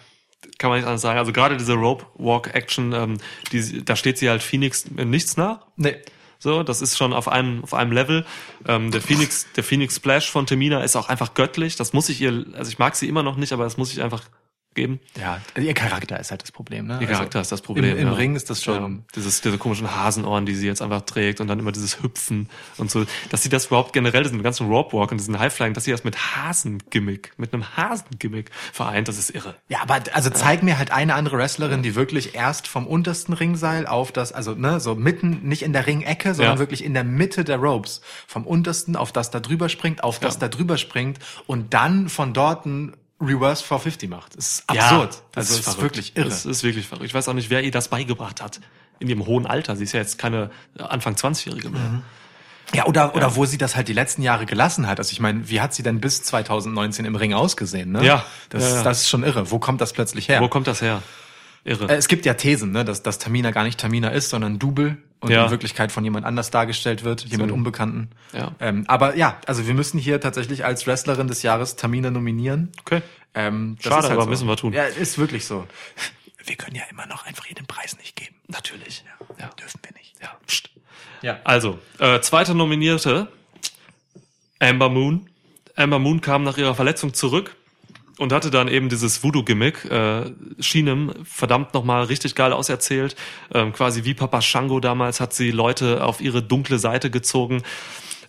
Speaker 1: kann man nicht anders sagen. Also gerade diese Rope Walk Action, ähm, die, da steht sie halt Phoenix in nichts nach.
Speaker 2: Nee.
Speaker 1: So, das ist schon auf einem auf einem Level. Ähm, der Phoenix, der Phoenix Splash von Tamina ist auch einfach göttlich. Das muss ich ihr, also ich mag sie immer noch nicht, aber das muss ich einfach geben.
Speaker 2: Ja, ihr Charakter ist halt das Problem, ne?
Speaker 1: Ihr
Speaker 2: Also
Speaker 1: Charakter ist das Problem.
Speaker 2: Im, im
Speaker 1: ja.
Speaker 2: Ring ist das schon.
Speaker 1: Ja, dieses, diese komischen Hasenohren, die sie jetzt einfach trägt und dann immer dieses Hüpfen und so. Dass sie das überhaupt generell, diesen ganzen Rope Walk und diesen Highflying, dass sie das mit Hasengimmick, mit einem Hasengimmick vereint, das ist irre.
Speaker 2: Ja, aber also zeig mir halt eine andere Wrestlerin, die wirklich erst vom untersten Ringseil auf das, also ne, so mitten, nicht in der Ringecke, sondern
Speaker 1: Ja.
Speaker 2: wirklich in der Mitte der Ropes. Vom untersten auf das da drüber springt, auf das
Speaker 1: Ja.
Speaker 2: da drüber springt und dann von dort ein Reverse 450 macht. Das ist
Speaker 1: Ja,
Speaker 2: absurd.
Speaker 1: das
Speaker 2: also
Speaker 1: ist,
Speaker 2: es ist
Speaker 1: verrückt.
Speaker 2: wirklich irre.
Speaker 1: Das ist wirklich verrückt. Ich weiß auch nicht, wer ihr das beigebracht hat. In ihrem hohen Alter. Sie ist ja jetzt keine äh, Anfang 20-Jährige mehr.
Speaker 2: Ja, oder, oder wo sie das halt die letzten Jahre gelassen hat. Also ich meine, wie hat sie denn bis 2019 im Ring ausgesehen, ne?
Speaker 1: Ja.
Speaker 2: Das,
Speaker 1: Ja, ja.
Speaker 2: das ist schon irre. Wo kommt das plötzlich her?
Speaker 1: Wo kommt das her? Irre.
Speaker 2: Äh, Es gibt ja Thesen, ne, dass, dass Tamina gar nicht Tamina ist, sondern Double und
Speaker 1: Ja.
Speaker 2: in Wirklichkeit von jemand anders dargestellt wird, jemand Unbekannten.
Speaker 1: Ja.
Speaker 2: Ähm, aber ja, also wir müssen hier tatsächlich als Wrestlerin des Jahres Tamina nominieren.
Speaker 1: okay.
Speaker 2: Ähm, das
Speaker 1: Schade,
Speaker 2: ist halt
Speaker 1: aber
Speaker 2: so.
Speaker 1: müssen wir tun.
Speaker 2: Ja, ist wirklich so. Wir können ja immer noch einfach jedem Preis nicht geben. Natürlich. Ja. Dürfen wir nicht.
Speaker 1: Ja. Psst.
Speaker 2: Ja.
Speaker 1: Also, äh, zweite Nominierte, Amber Moon. Amber Moon kam nach ihrer Verletzung zurück und hatte dann eben dieses Voodoo-Gimmick. Äh, Sheenem, verdammt nochmal richtig geil auserzählt. Ähm, quasi wie Papa Shango damals hat sie Leute auf ihre dunkle Seite gezogen.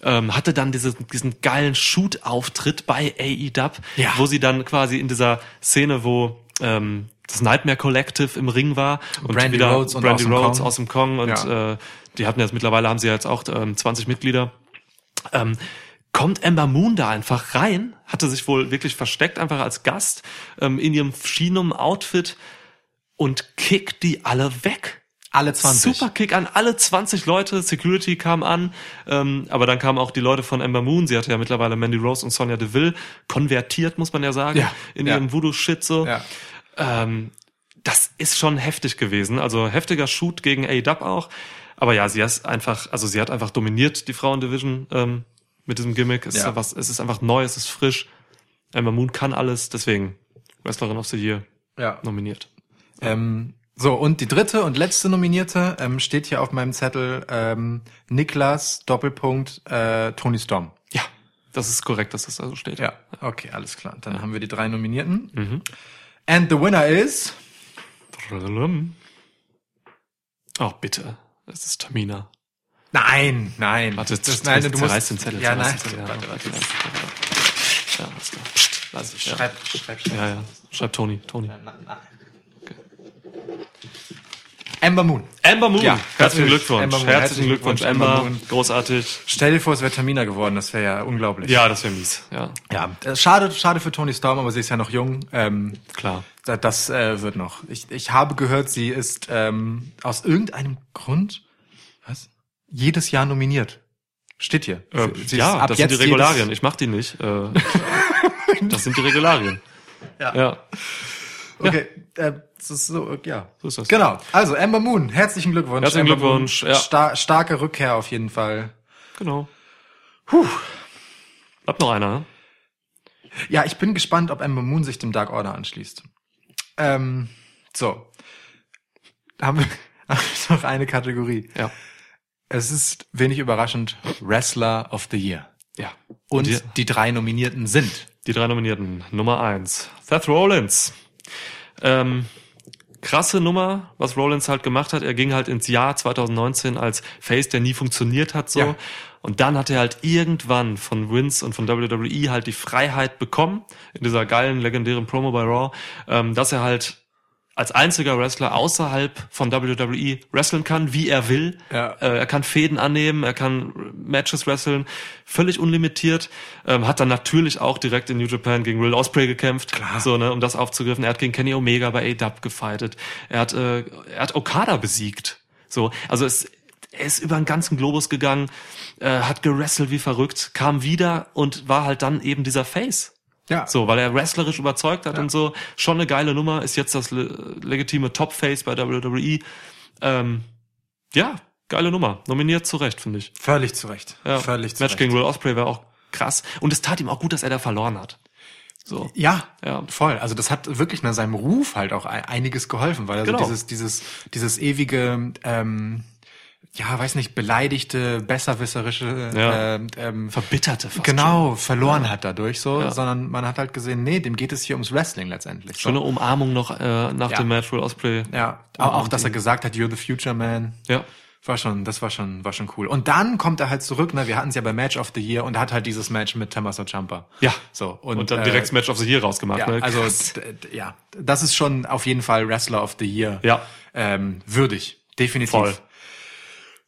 Speaker 1: Ähm, hatte dann dieses, diesen geilen Shoot-Auftritt bei E AEW,
Speaker 2: Ja.
Speaker 1: wo sie dann quasi in dieser Szene, wo ähm, das Nightmare Collective im Ring war und
Speaker 2: Brandy
Speaker 1: wieder
Speaker 2: Rhodes und
Speaker 1: Brandy
Speaker 2: Awesome
Speaker 1: Rhodes
Speaker 2: Kong.
Speaker 1: aus dem Kong und
Speaker 2: Ja.
Speaker 1: äh, die hatten jetzt mittlerweile haben sie jetzt auch ähm, 20 Mitglieder. Ähm, kommt Ember Moon da einfach rein? Hatte sich wohl wirklich versteckt einfach als Gast ähm, in ihrem Shinum Outfit und kickt die alle weg.
Speaker 2: Alle 20.
Speaker 1: Super Kick an alle 20 Leute. Security kam an, ähm, aber dann kamen auch die Leute von Ember Moon. Sie hatte ja mittlerweile Mandy Rose und Sonja Deville konvertiert, muss man ja sagen,
Speaker 2: Ja,
Speaker 1: in
Speaker 2: ja.
Speaker 1: ihrem Voodoo-Shit so.
Speaker 2: Ja.
Speaker 1: Ähm, das ist schon heftig gewesen. Also heftiger Shoot gegen A-Dub auch. Aber ja, sie ist einfach, also sie hat einfach dominiert die Frauendivision ähm, mit diesem Gimmick. Es, ist
Speaker 2: Ja.
Speaker 1: einfach, es ist einfach neu, es ist frisch. Ember Moon kann alles, deswegen Wrestlerin of the Year
Speaker 2: Ja.
Speaker 1: nominiert.
Speaker 2: Ähm, so, und die dritte und letzte Nominierte ähm, steht hier auf meinem Zettel ähm, Niklas, Doppelpunkt, äh, Tony Storm.
Speaker 1: Ja, das ist korrekt, dass das da so steht.
Speaker 2: Ja, okay, alles klar. Dann haben wir die drei Nominierten.
Speaker 1: Mhm.
Speaker 2: And the winner is...
Speaker 1: Oh, bitte. Es ist Tamina.
Speaker 2: Nein, nein.
Speaker 1: Warte,
Speaker 2: das,
Speaker 1: jetzt
Speaker 2: nein,
Speaker 1: zerreiß-
Speaker 2: du
Speaker 1: zerreiß
Speaker 2: musst...
Speaker 1: den Zettel.
Speaker 2: ja,
Speaker 1: zerreiß
Speaker 2: nein.
Speaker 1: den Zettel, ja,
Speaker 2: warte, warte.
Speaker 1: Ja, ja, alles klar. Psst, lass ich, ja.
Speaker 2: Schreib, schreib, schreib.
Speaker 1: ja, ja. Schreib Toni, Toni.
Speaker 2: Amber Moon.
Speaker 1: Ember Moon.
Speaker 2: Ja,
Speaker 1: herzlichen
Speaker 2: natürlich.
Speaker 1: Glückwunsch.
Speaker 2: Ember Moon,
Speaker 1: Herzlichen
Speaker 2: herzlichen
Speaker 1: Glückwunsch,
Speaker 2: Glückwunsch,
Speaker 1: Ember.
Speaker 2: Ember Moon.
Speaker 1: Großartig.
Speaker 2: Stell dir vor, es wäre Tamina geworden. Das wäre ja unglaublich.
Speaker 1: Ja, das wäre mies. Ja,
Speaker 2: Ja, äh, schade, schade für Tony Storm, aber sie ist ja noch jung. Ähm,
Speaker 1: klar.
Speaker 2: da- das äh, wird noch. Ich, ich habe gehört, sie ist ähm, aus irgendeinem Grund was jedes Jahr nominiert. Steht hier.
Speaker 1: Äh,
Speaker 2: Sie ist
Speaker 1: ja,
Speaker 2: ab
Speaker 1: das sind die
Speaker 2: jetzt
Speaker 1: Regularien. Ich mach die nicht. Äh, das sind die Regularien.
Speaker 2: Ja.
Speaker 1: ja.
Speaker 2: Jedes, okay, äh, das ist so, ja.
Speaker 1: So ist das.
Speaker 2: Genau. Also Amber Moon, herzlichen Glückwunsch.
Speaker 1: Herzlichen
Speaker 2: Amber Moon.
Speaker 1: Glückwunsch, ja.
Speaker 2: Star starke Rückkehr auf jeden Fall.
Speaker 1: Genau. Puh. Bleibt noch einer, ne?
Speaker 2: Ja, ich bin gespannt, ob Ember Moon sich dem Dark Order anschließt. Ähm, so. Haben wir haben wir noch eine Kategorie.
Speaker 1: Ja.
Speaker 2: Es ist wenig überraschend Wrestler of the Year.
Speaker 1: Ja.
Speaker 2: Und
Speaker 1: die-
Speaker 2: die drei Nominierten sind.
Speaker 1: Die drei Nominierten. Nummer eins. Seth Rollins. Ähm, krasse Nummer, was Rollins halt gemacht hat. Er ging halt ins Jahr 2019 als Face, der nie funktioniert hat, so.
Speaker 2: Ja.
Speaker 1: Und dann hat er halt irgendwann von Vince und von WWE halt die Freiheit bekommen, in dieser geilen, legendären Promo bei Raw, ähm, dass er halt als einziger Wrestler außerhalb von WWE wresteln kann, wie er will.
Speaker 2: Ja.
Speaker 1: Äh, er kann Fäden annehmen, er kann Matches wresteln, völlig unlimitiert. Ähm, hat dann natürlich auch direkt in New Japan gegen Will Ospreay gekämpft, Klar. so ne, um das aufzugriffen. Er hat gegen Kenny Omega bei AEW gefightet. Er hat äh, er hat Okada besiegt. So, also es er ist über den ganzen Globus gegangen, äh, hat gewrestelt wie verrückt, kam wieder und war halt dann eben dieser Face.
Speaker 2: Ja.
Speaker 1: So, weil er wrestlerisch überzeugt hat und so. Schon eine geile Nummer, ist jetzt das le legitime Top-Face bei WWE. Ähm, ja, geile Nummer. Nominiert zu Recht, finde ich.
Speaker 2: Völlig zurecht.
Speaker 1: Ja.
Speaker 2: Völlig
Speaker 1: Match
Speaker 2: zurecht.
Speaker 1: gegen Will Ospreay war auch krass. Und es tat ihm auch gut, dass er da verloren hat. So.
Speaker 2: ja,
Speaker 1: Ja.
Speaker 2: voll. Also das hat wirklich nach seinem Ruf halt auch ein- einiges geholfen, weil also
Speaker 1: Genau.
Speaker 2: dieses, dieses, dieses ewige, ähm, ja, weiß nicht, beleidigte, besserwisserische,
Speaker 1: Ja.
Speaker 2: ähm, ähm,
Speaker 1: Verbitterte fast
Speaker 2: genau, verloren hat dadurch so,
Speaker 1: Ja.
Speaker 2: sondern man hat halt gesehen, nee, dem geht es hier ums Wrestling letztendlich.
Speaker 1: Schon.
Speaker 2: So.
Speaker 1: Schöne Umarmung noch äh, nach
Speaker 2: Ja.
Speaker 1: dem Match Will Ospreay.
Speaker 2: Ja, auch, auch dass er gesagt hat, you're the future man.
Speaker 1: Ja.
Speaker 2: War schon, das war schon, war schon cool. Und dann kommt er halt zurück, ne, wir hatten es ja bei Match of the Year und hat halt dieses Match mit Tommaso Ciampa.
Speaker 1: Ja.
Speaker 2: So.
Speaker 1: Und, dann direkt das Match of the Year rausgemacht.
Speaker 2: äh, ja,
Speaker 1: ne?
Speaker 2: also
Speaker 1: Krass.
Speaker 2: d- d- ja, das ist schon auf jeden Fall Wrestler of the Year
Speaker 1: Ja.
Speaker 2: ähm, würdig, definitiv.
Speaker 1: Voll.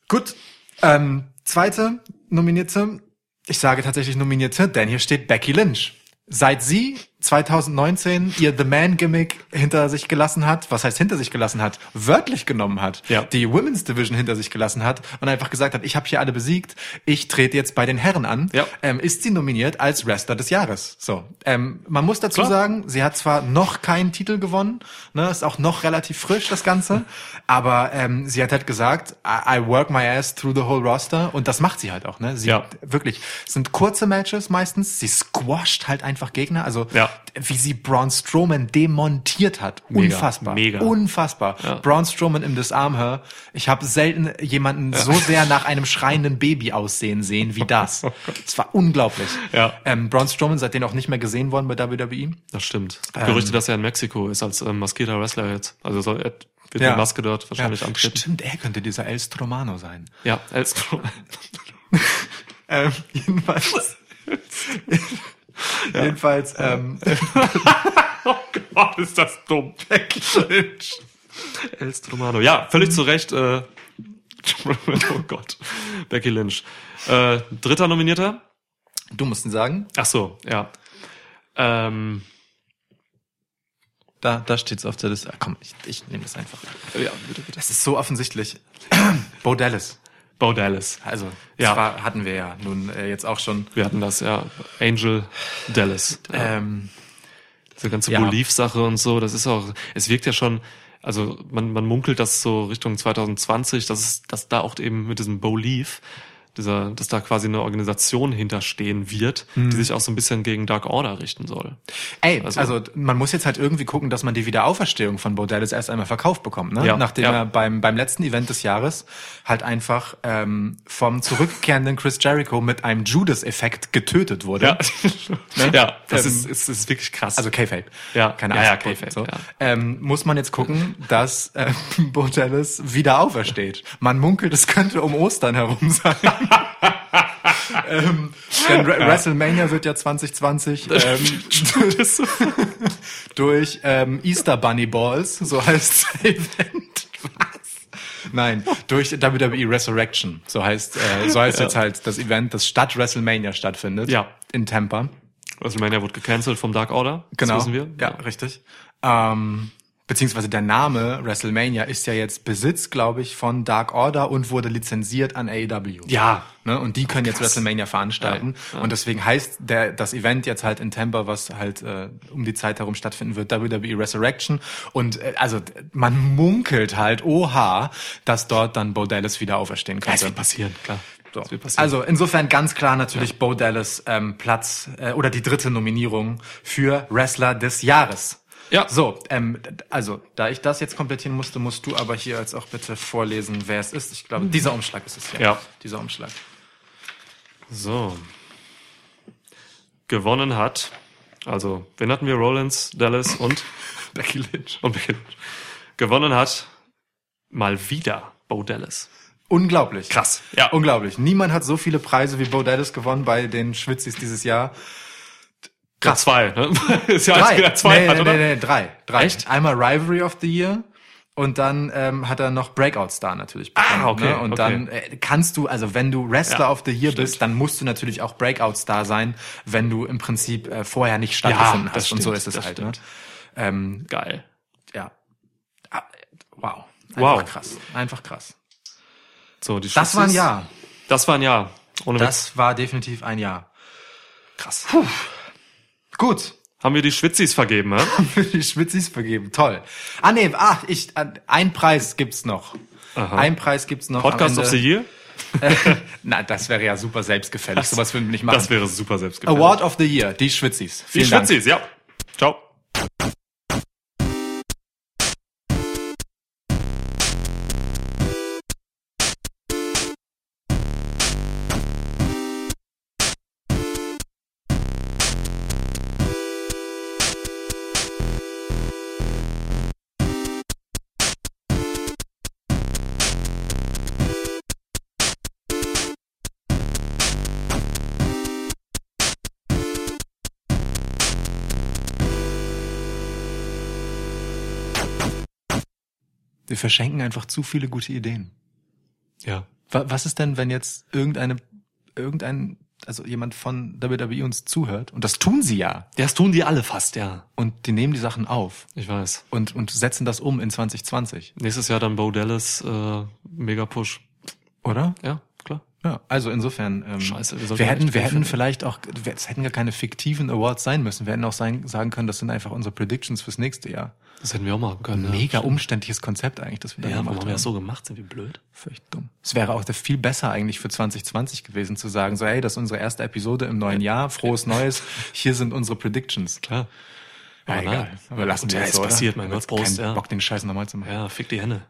Speaker 2: Gut, ähm, zweite Nominierte, ich sage tatsächlich Nominierte, denn hier steht Becky Lynch. Seit sie 2019 ihr The Man Gimmick hinter sich gelassen hat, was heißt hinter sich gelassen hat, wörtlich genommen hat,
Speaker 1: Ja.
Speaker 2: die Women's Division hinter sich gelassen hat und einfach gesagt hat, ich habe hier alle besiegt, ich trete jetzt bei den Herren an,
Speaker 1: Ja.
Speaker 2: ähm, ist sie nominiert als Wrestler des Jahres. So, ähm, man muss dazu
Speaker 1: Klar.
Speaker 2: sagen, sie hat zwar noch keinen Titel gewonnen, ne, ist auch noch relativ frisch das Ganze, aber ähm, sie hat halt gesagt, I, I work my ass through the whole roster und das macht sie halt auch. Ne, sie
Speaker 1: Ja.
Speaker 2: wirklich es sind kurze Matches meistens, sie squasht halt einfach Gegner, also
Speaker 1: Ja.
Speaker 2: wie sie Braun Strowman demontiert hat,
Speaker 1: Mega.
Speaker 2: unfassbar,
Speaker 1: Mega.
Speaker 2: unfassbar.
Speaker 1: Ja.
Speaker 2: Braun Strowman im Disarm Her, ich habe selten jemanden so sehr nach einem schreienden Baby aussehen sehen wie das. Es war unglaublich.
Speaker 1: Ja.
Speaker 2: Ähm, Braun Strowman seitdem auch nicht mehr gesehen worden bei E. WWE.
Speaker 1: Das stimmt.
Speaker 2: ähm,
Speaker 1: Gerüchte, dass er in Mexiko ist als ähm, maskierter Wrestler jetzt. Also soll er wird
Speaker 2: Ja.
Speaker 1: eine Maske dort wahrscheinlich antreten.
Speaker 2: Stimmt, er könnte dieser El Stromano sein.
Speaker 1: Ja, Elstro.
Speaker 2: Ähm, jedenfalls. jedenfalls, ähm,
Speaker 1: Oh Gott, ist das dumm. Becky Lynch. Elst Romano. Ja, völlig zu Recht. Äh, oh Gott. Becky Lynch. Äh, dritter Nominierter.
Speaker 2: Du musst ihn sagen.
Speaker 1: Ach so, ja. Ähm,
Speaker 2: Da, da steht's auf der Liste. Ah, komm, ich, ich nehme das einfach.
Speaker 1: ja, bitte, bitte.
Speaker 2: Das ist so offensichtlich. Bo Dallas.
Speaker 1: Bo Dallas.
Speaker 2: Also,
Speaker 1: Ja.
Speaker 2: das war, hatten wir ja nun äh, jetzt auch schon.
Speaker 1: Wir hatten das, ja. Angel Dallas. Ja.
Speaker 2: Ähm,
Speaker 1: Diese ganze
Speaker 2: Ja.
Speaker 1: Belief-Sache und so, das ist auch, es wirkt ja schon, also man, man munkelt das so Richtung 2020, dass es, dass da auch eben mit diesem Belief, dieser, dass da quasi eine Organisation hinterstehen wird,
Speaker 2: Hm.
Speaker 1: die sich auch so ein bisschen gegen Dark Order richten soll.
Speaker 2: ey,
Speaker 1: Also-
Speaker 2: also, man muss jetzt halt irgendwie gucken, dass man die Wiederauferstehung von Bo Dallas erst einmal verkauft bekommt, ne?
Speaker 1: Ja,
Speaker 2: Nachdem
Speaker 1: ja.
Speaker 2: er beim, beim letzten Event des Jahres halt einfach ähm, vom zurückkehrenden Chris Jericho mit einem Judas-Effekt getötet wurde.
Speaker 1: Ja, ja das
Speaker 2: Ähm,
Speaker 1: ist, ist, ist wirklich krass.
Speaker 2: Also K-Fape.
Speaker 1: Ja.
Speaker 2: Keine
Speaker 1: Ja, ja,
Speaker 2: Ahnung.
Speaker 1: K-Fape,
Speaker 2: so.
Speaker 1: ja.
Speaker 2: ähm, Muss man jetzt gucken, dass äh, Bo Dallas wieder aufersteht. Man munkelt, es könnte um Ostern herum sein. ähm, denn Re- WrestleMania wird ja 2020 ähm,
Speaker 1: das,
Speaker 2: durch ähm, Easter Bunny Balls, so heißt das Event. Was? Nein, durch WWE Resurrection, so heißt, äh, so heißt jetzt halt das Event, das statt WrestleMania stattfindet.
Speaker 1: Ja.
Speaker 2: In Tampa.
Speaker 1: WrestleMania wurde gecancelt vom Dark Order.
Speaker 2: Genau.
Speaker 1: Das wissen wir.
Speaker 2: Ja, richtig. Ähm, beziehungsweise der Name WrestleMania ist ja jetzt Besitz, glaube ich, von Dark Order und wurde lizenziert an AEW.
Speaker 1: Ja.
Speaker 2: Ne? Und die können jetzt WrestleMania veranstalten. Und deswegen heißt der, das Event jetzt halt in Tampa, was halt äh, um die Zeit herum stattfinden wird, WWE Resurrection. Und äh, also d- man munkelt halt, oha, dass dort dann Bo Dallas wieder auferstehen
Speaker 1: Das
Speaker 2: könnte.
Speaker 1: wird passieren, klar.
Speaker 2: So.
Speaker 1: Das wird passieren.
Speaker 2: Also insofern ganz klar natürlich Bo Dallas ähm, Platz äh, oder die dritte Nominierung für Wrestler des Jahres.
Speaker 1: Ja.
Speaker 2: So, ähm, d- also da ich das jetzt komplettieren musste, musst du aber hier jetzt auch bitte vorlesen, wer es ist. Ich glaube, dieser Umschlag ist es ja.
Speaker 1: Mhm. Ja.
Speaker 2: Dieser Umschlag.
Speaker 1: So. Gewonnen hat, also, wen hatten wir? Rollins, Dallas und Becky Lynch. Und Becky Lynch. Gewonnen hat mal wieder Bo Dallas.
Speaker 2: Unglaublich.
Speaker 1: Krass. Ja.
Speaker 2: Unglaublich. Niemand hat so viele Preise wie Bo Dallas gewonnen bei den Schwitzis dieses Jahr.
Speaker 1: Krass. Zwei, ne? Ist ja
Speaker 2: Drei.
Speaker 1: als wieder zwei
Speaker 2: nee,
Speaker 1: hat,
Speaker 2: nee,
Speaker 1: oder?
Speaker 2: nee, nee, drei. drei.
Speaker 1: Echt?
Speaker 2: Einmal Rivalry of the Year und dann ähm, hat er noch Breakout Star natürlich bekommen.
Speaker 1: Ah, okay,
Speaker 2: ne? Und
Speaker 1: okay.
Speaker 2: dann äh, kannst du, also wenn du Wrestler
Speaker 1: Ja,
Speaker 2: of the Year
Speaker 1: stimmt.
Speaker 2: bist, dann musst du natürlich auch Breakout Star sein, wenn du im Prinzip äh, vorher nicht stattgefunden
Speaker 1: das
Speaker 2: hast. und so
Speaker 1: stimmt,
Speaker 2: ist es
Speaker 1: das
Speaker 2: halt. Ne?
Speaker 1: stimmt.
Speaker 2: Ähm,
Speaker 1: Geil.
Speaker 2: ja. Ah, Wow. Einfach
Speaker 1: Wow.
Speaker 2: krass. Einfach krass.
Speaker 1: So, die
Speaker 2: Das war ein
Speaker 1: Schussis-
Speaker 2: Jahr.
Speaker 1: Das war ein Jahr. Ohne Witz.
Speaker 2: Das war definitiv ein Jahr.
Speaker 1: krass.
Speaker 2: Gut.
Speaker 1: Haben wir die Schwitzis vergeben, ne?
Speaker 2: für die Schwitzis vergeben. Toll. Ah, nee, ach, ich, ein Preis gibt's noch.
Speaker 1: Aha.
Speaker 2: Ein Preis gibt's noch. am
Speaker 1: Podcast of
Speaker 2: Ende.
Speaker 1: the Year?
Speaker 2: Na, das wäre ja super selbstgefällig. Sowas würden wir nicht machen.
Speaker 1: Das wäre super selbstgefällig.
Speaker 2: Award of the Year, die Schwitzis.
Speaker 1: Die
Speaker 2: Vielen Dank.
Speaker 1: Schwitzis, ja. Ciao.
Speaker 2: Wir verschenken einfach zu viele gute Ideen.
Speaker 1: Ja.
Speaker 2: Wa- Was ist denn, wenn jetzt irgendeine, irgendein, also jemand von WWE uns zuhört? Und das tun sie ja.
Speaker 1: Das tun die alle fast, ja.
Speaker 2: Und die nehmen die Sachen auf
Speaker 1: Ich weiß.
Speaker 2: und, und setzen das um in 2020,
Speaker 1: Nächstes Jahr dann Bo Dallas, äh, Mega Push.
Speaker 2: oder?
Speaker 1: Ja, klar.
Speaker 2: Ja, also insofern, ähm,
Speaker 1: Scheiße, wir
Speaker 2: wir,
Speaker 1: sollten
Speaker 2: hätten,
Speaker 1: echt
Speaker 2: wir
Speaker 1: viel
Speaker 2: hätten
Speaker 1: finden.
Speaker 2: vielleicht auch, wir- es hätten gar keine fiktiven Awards sein müssen. Wir hätten auch sein, sagen können, das sind einfach unsere Predictions fürs nächste Jahr.
Speaker 1: Das hätten wir auch machen können.
Speaker 2: Mega
Speaker 1: ja.
Speaker 2: umständliches Konzept eigentlich, das wir da
Speaker 1: Ja, warum
Speaker 2: gemacht
Speaker 1: haben
Speaker 2: haben.
Speaker 1: wir das so gemacht? Sind wir blöd?
Speaker 2: Völlig dumm. Es wäre auch viel besser eigentlich für 2020 gewesen zu sagen, so hey, das ist unsere erste Episode im neuen Jahr, frohes Neues, hier sind unsere Predictions.
Speaker 1: Klar.
Speaker 2: Ja,
Speaker 1: Aber nein.
Speaker 2: egal. Aber lassen wir
Speaker 1: Ja,
Speaker 2: das
Speaker 1: ist
Speaker 2: so, oder?
Speaker 1: passiert, mein
Speaker 2: Jetzt
Speaker 1: Gott, Prost,
Speaker 2: keinen
Speaker 1: ja.
Speaker 2: Bock, den Scheiß nochmal zu machen.
Speaker 1: Ja, fick die Hände.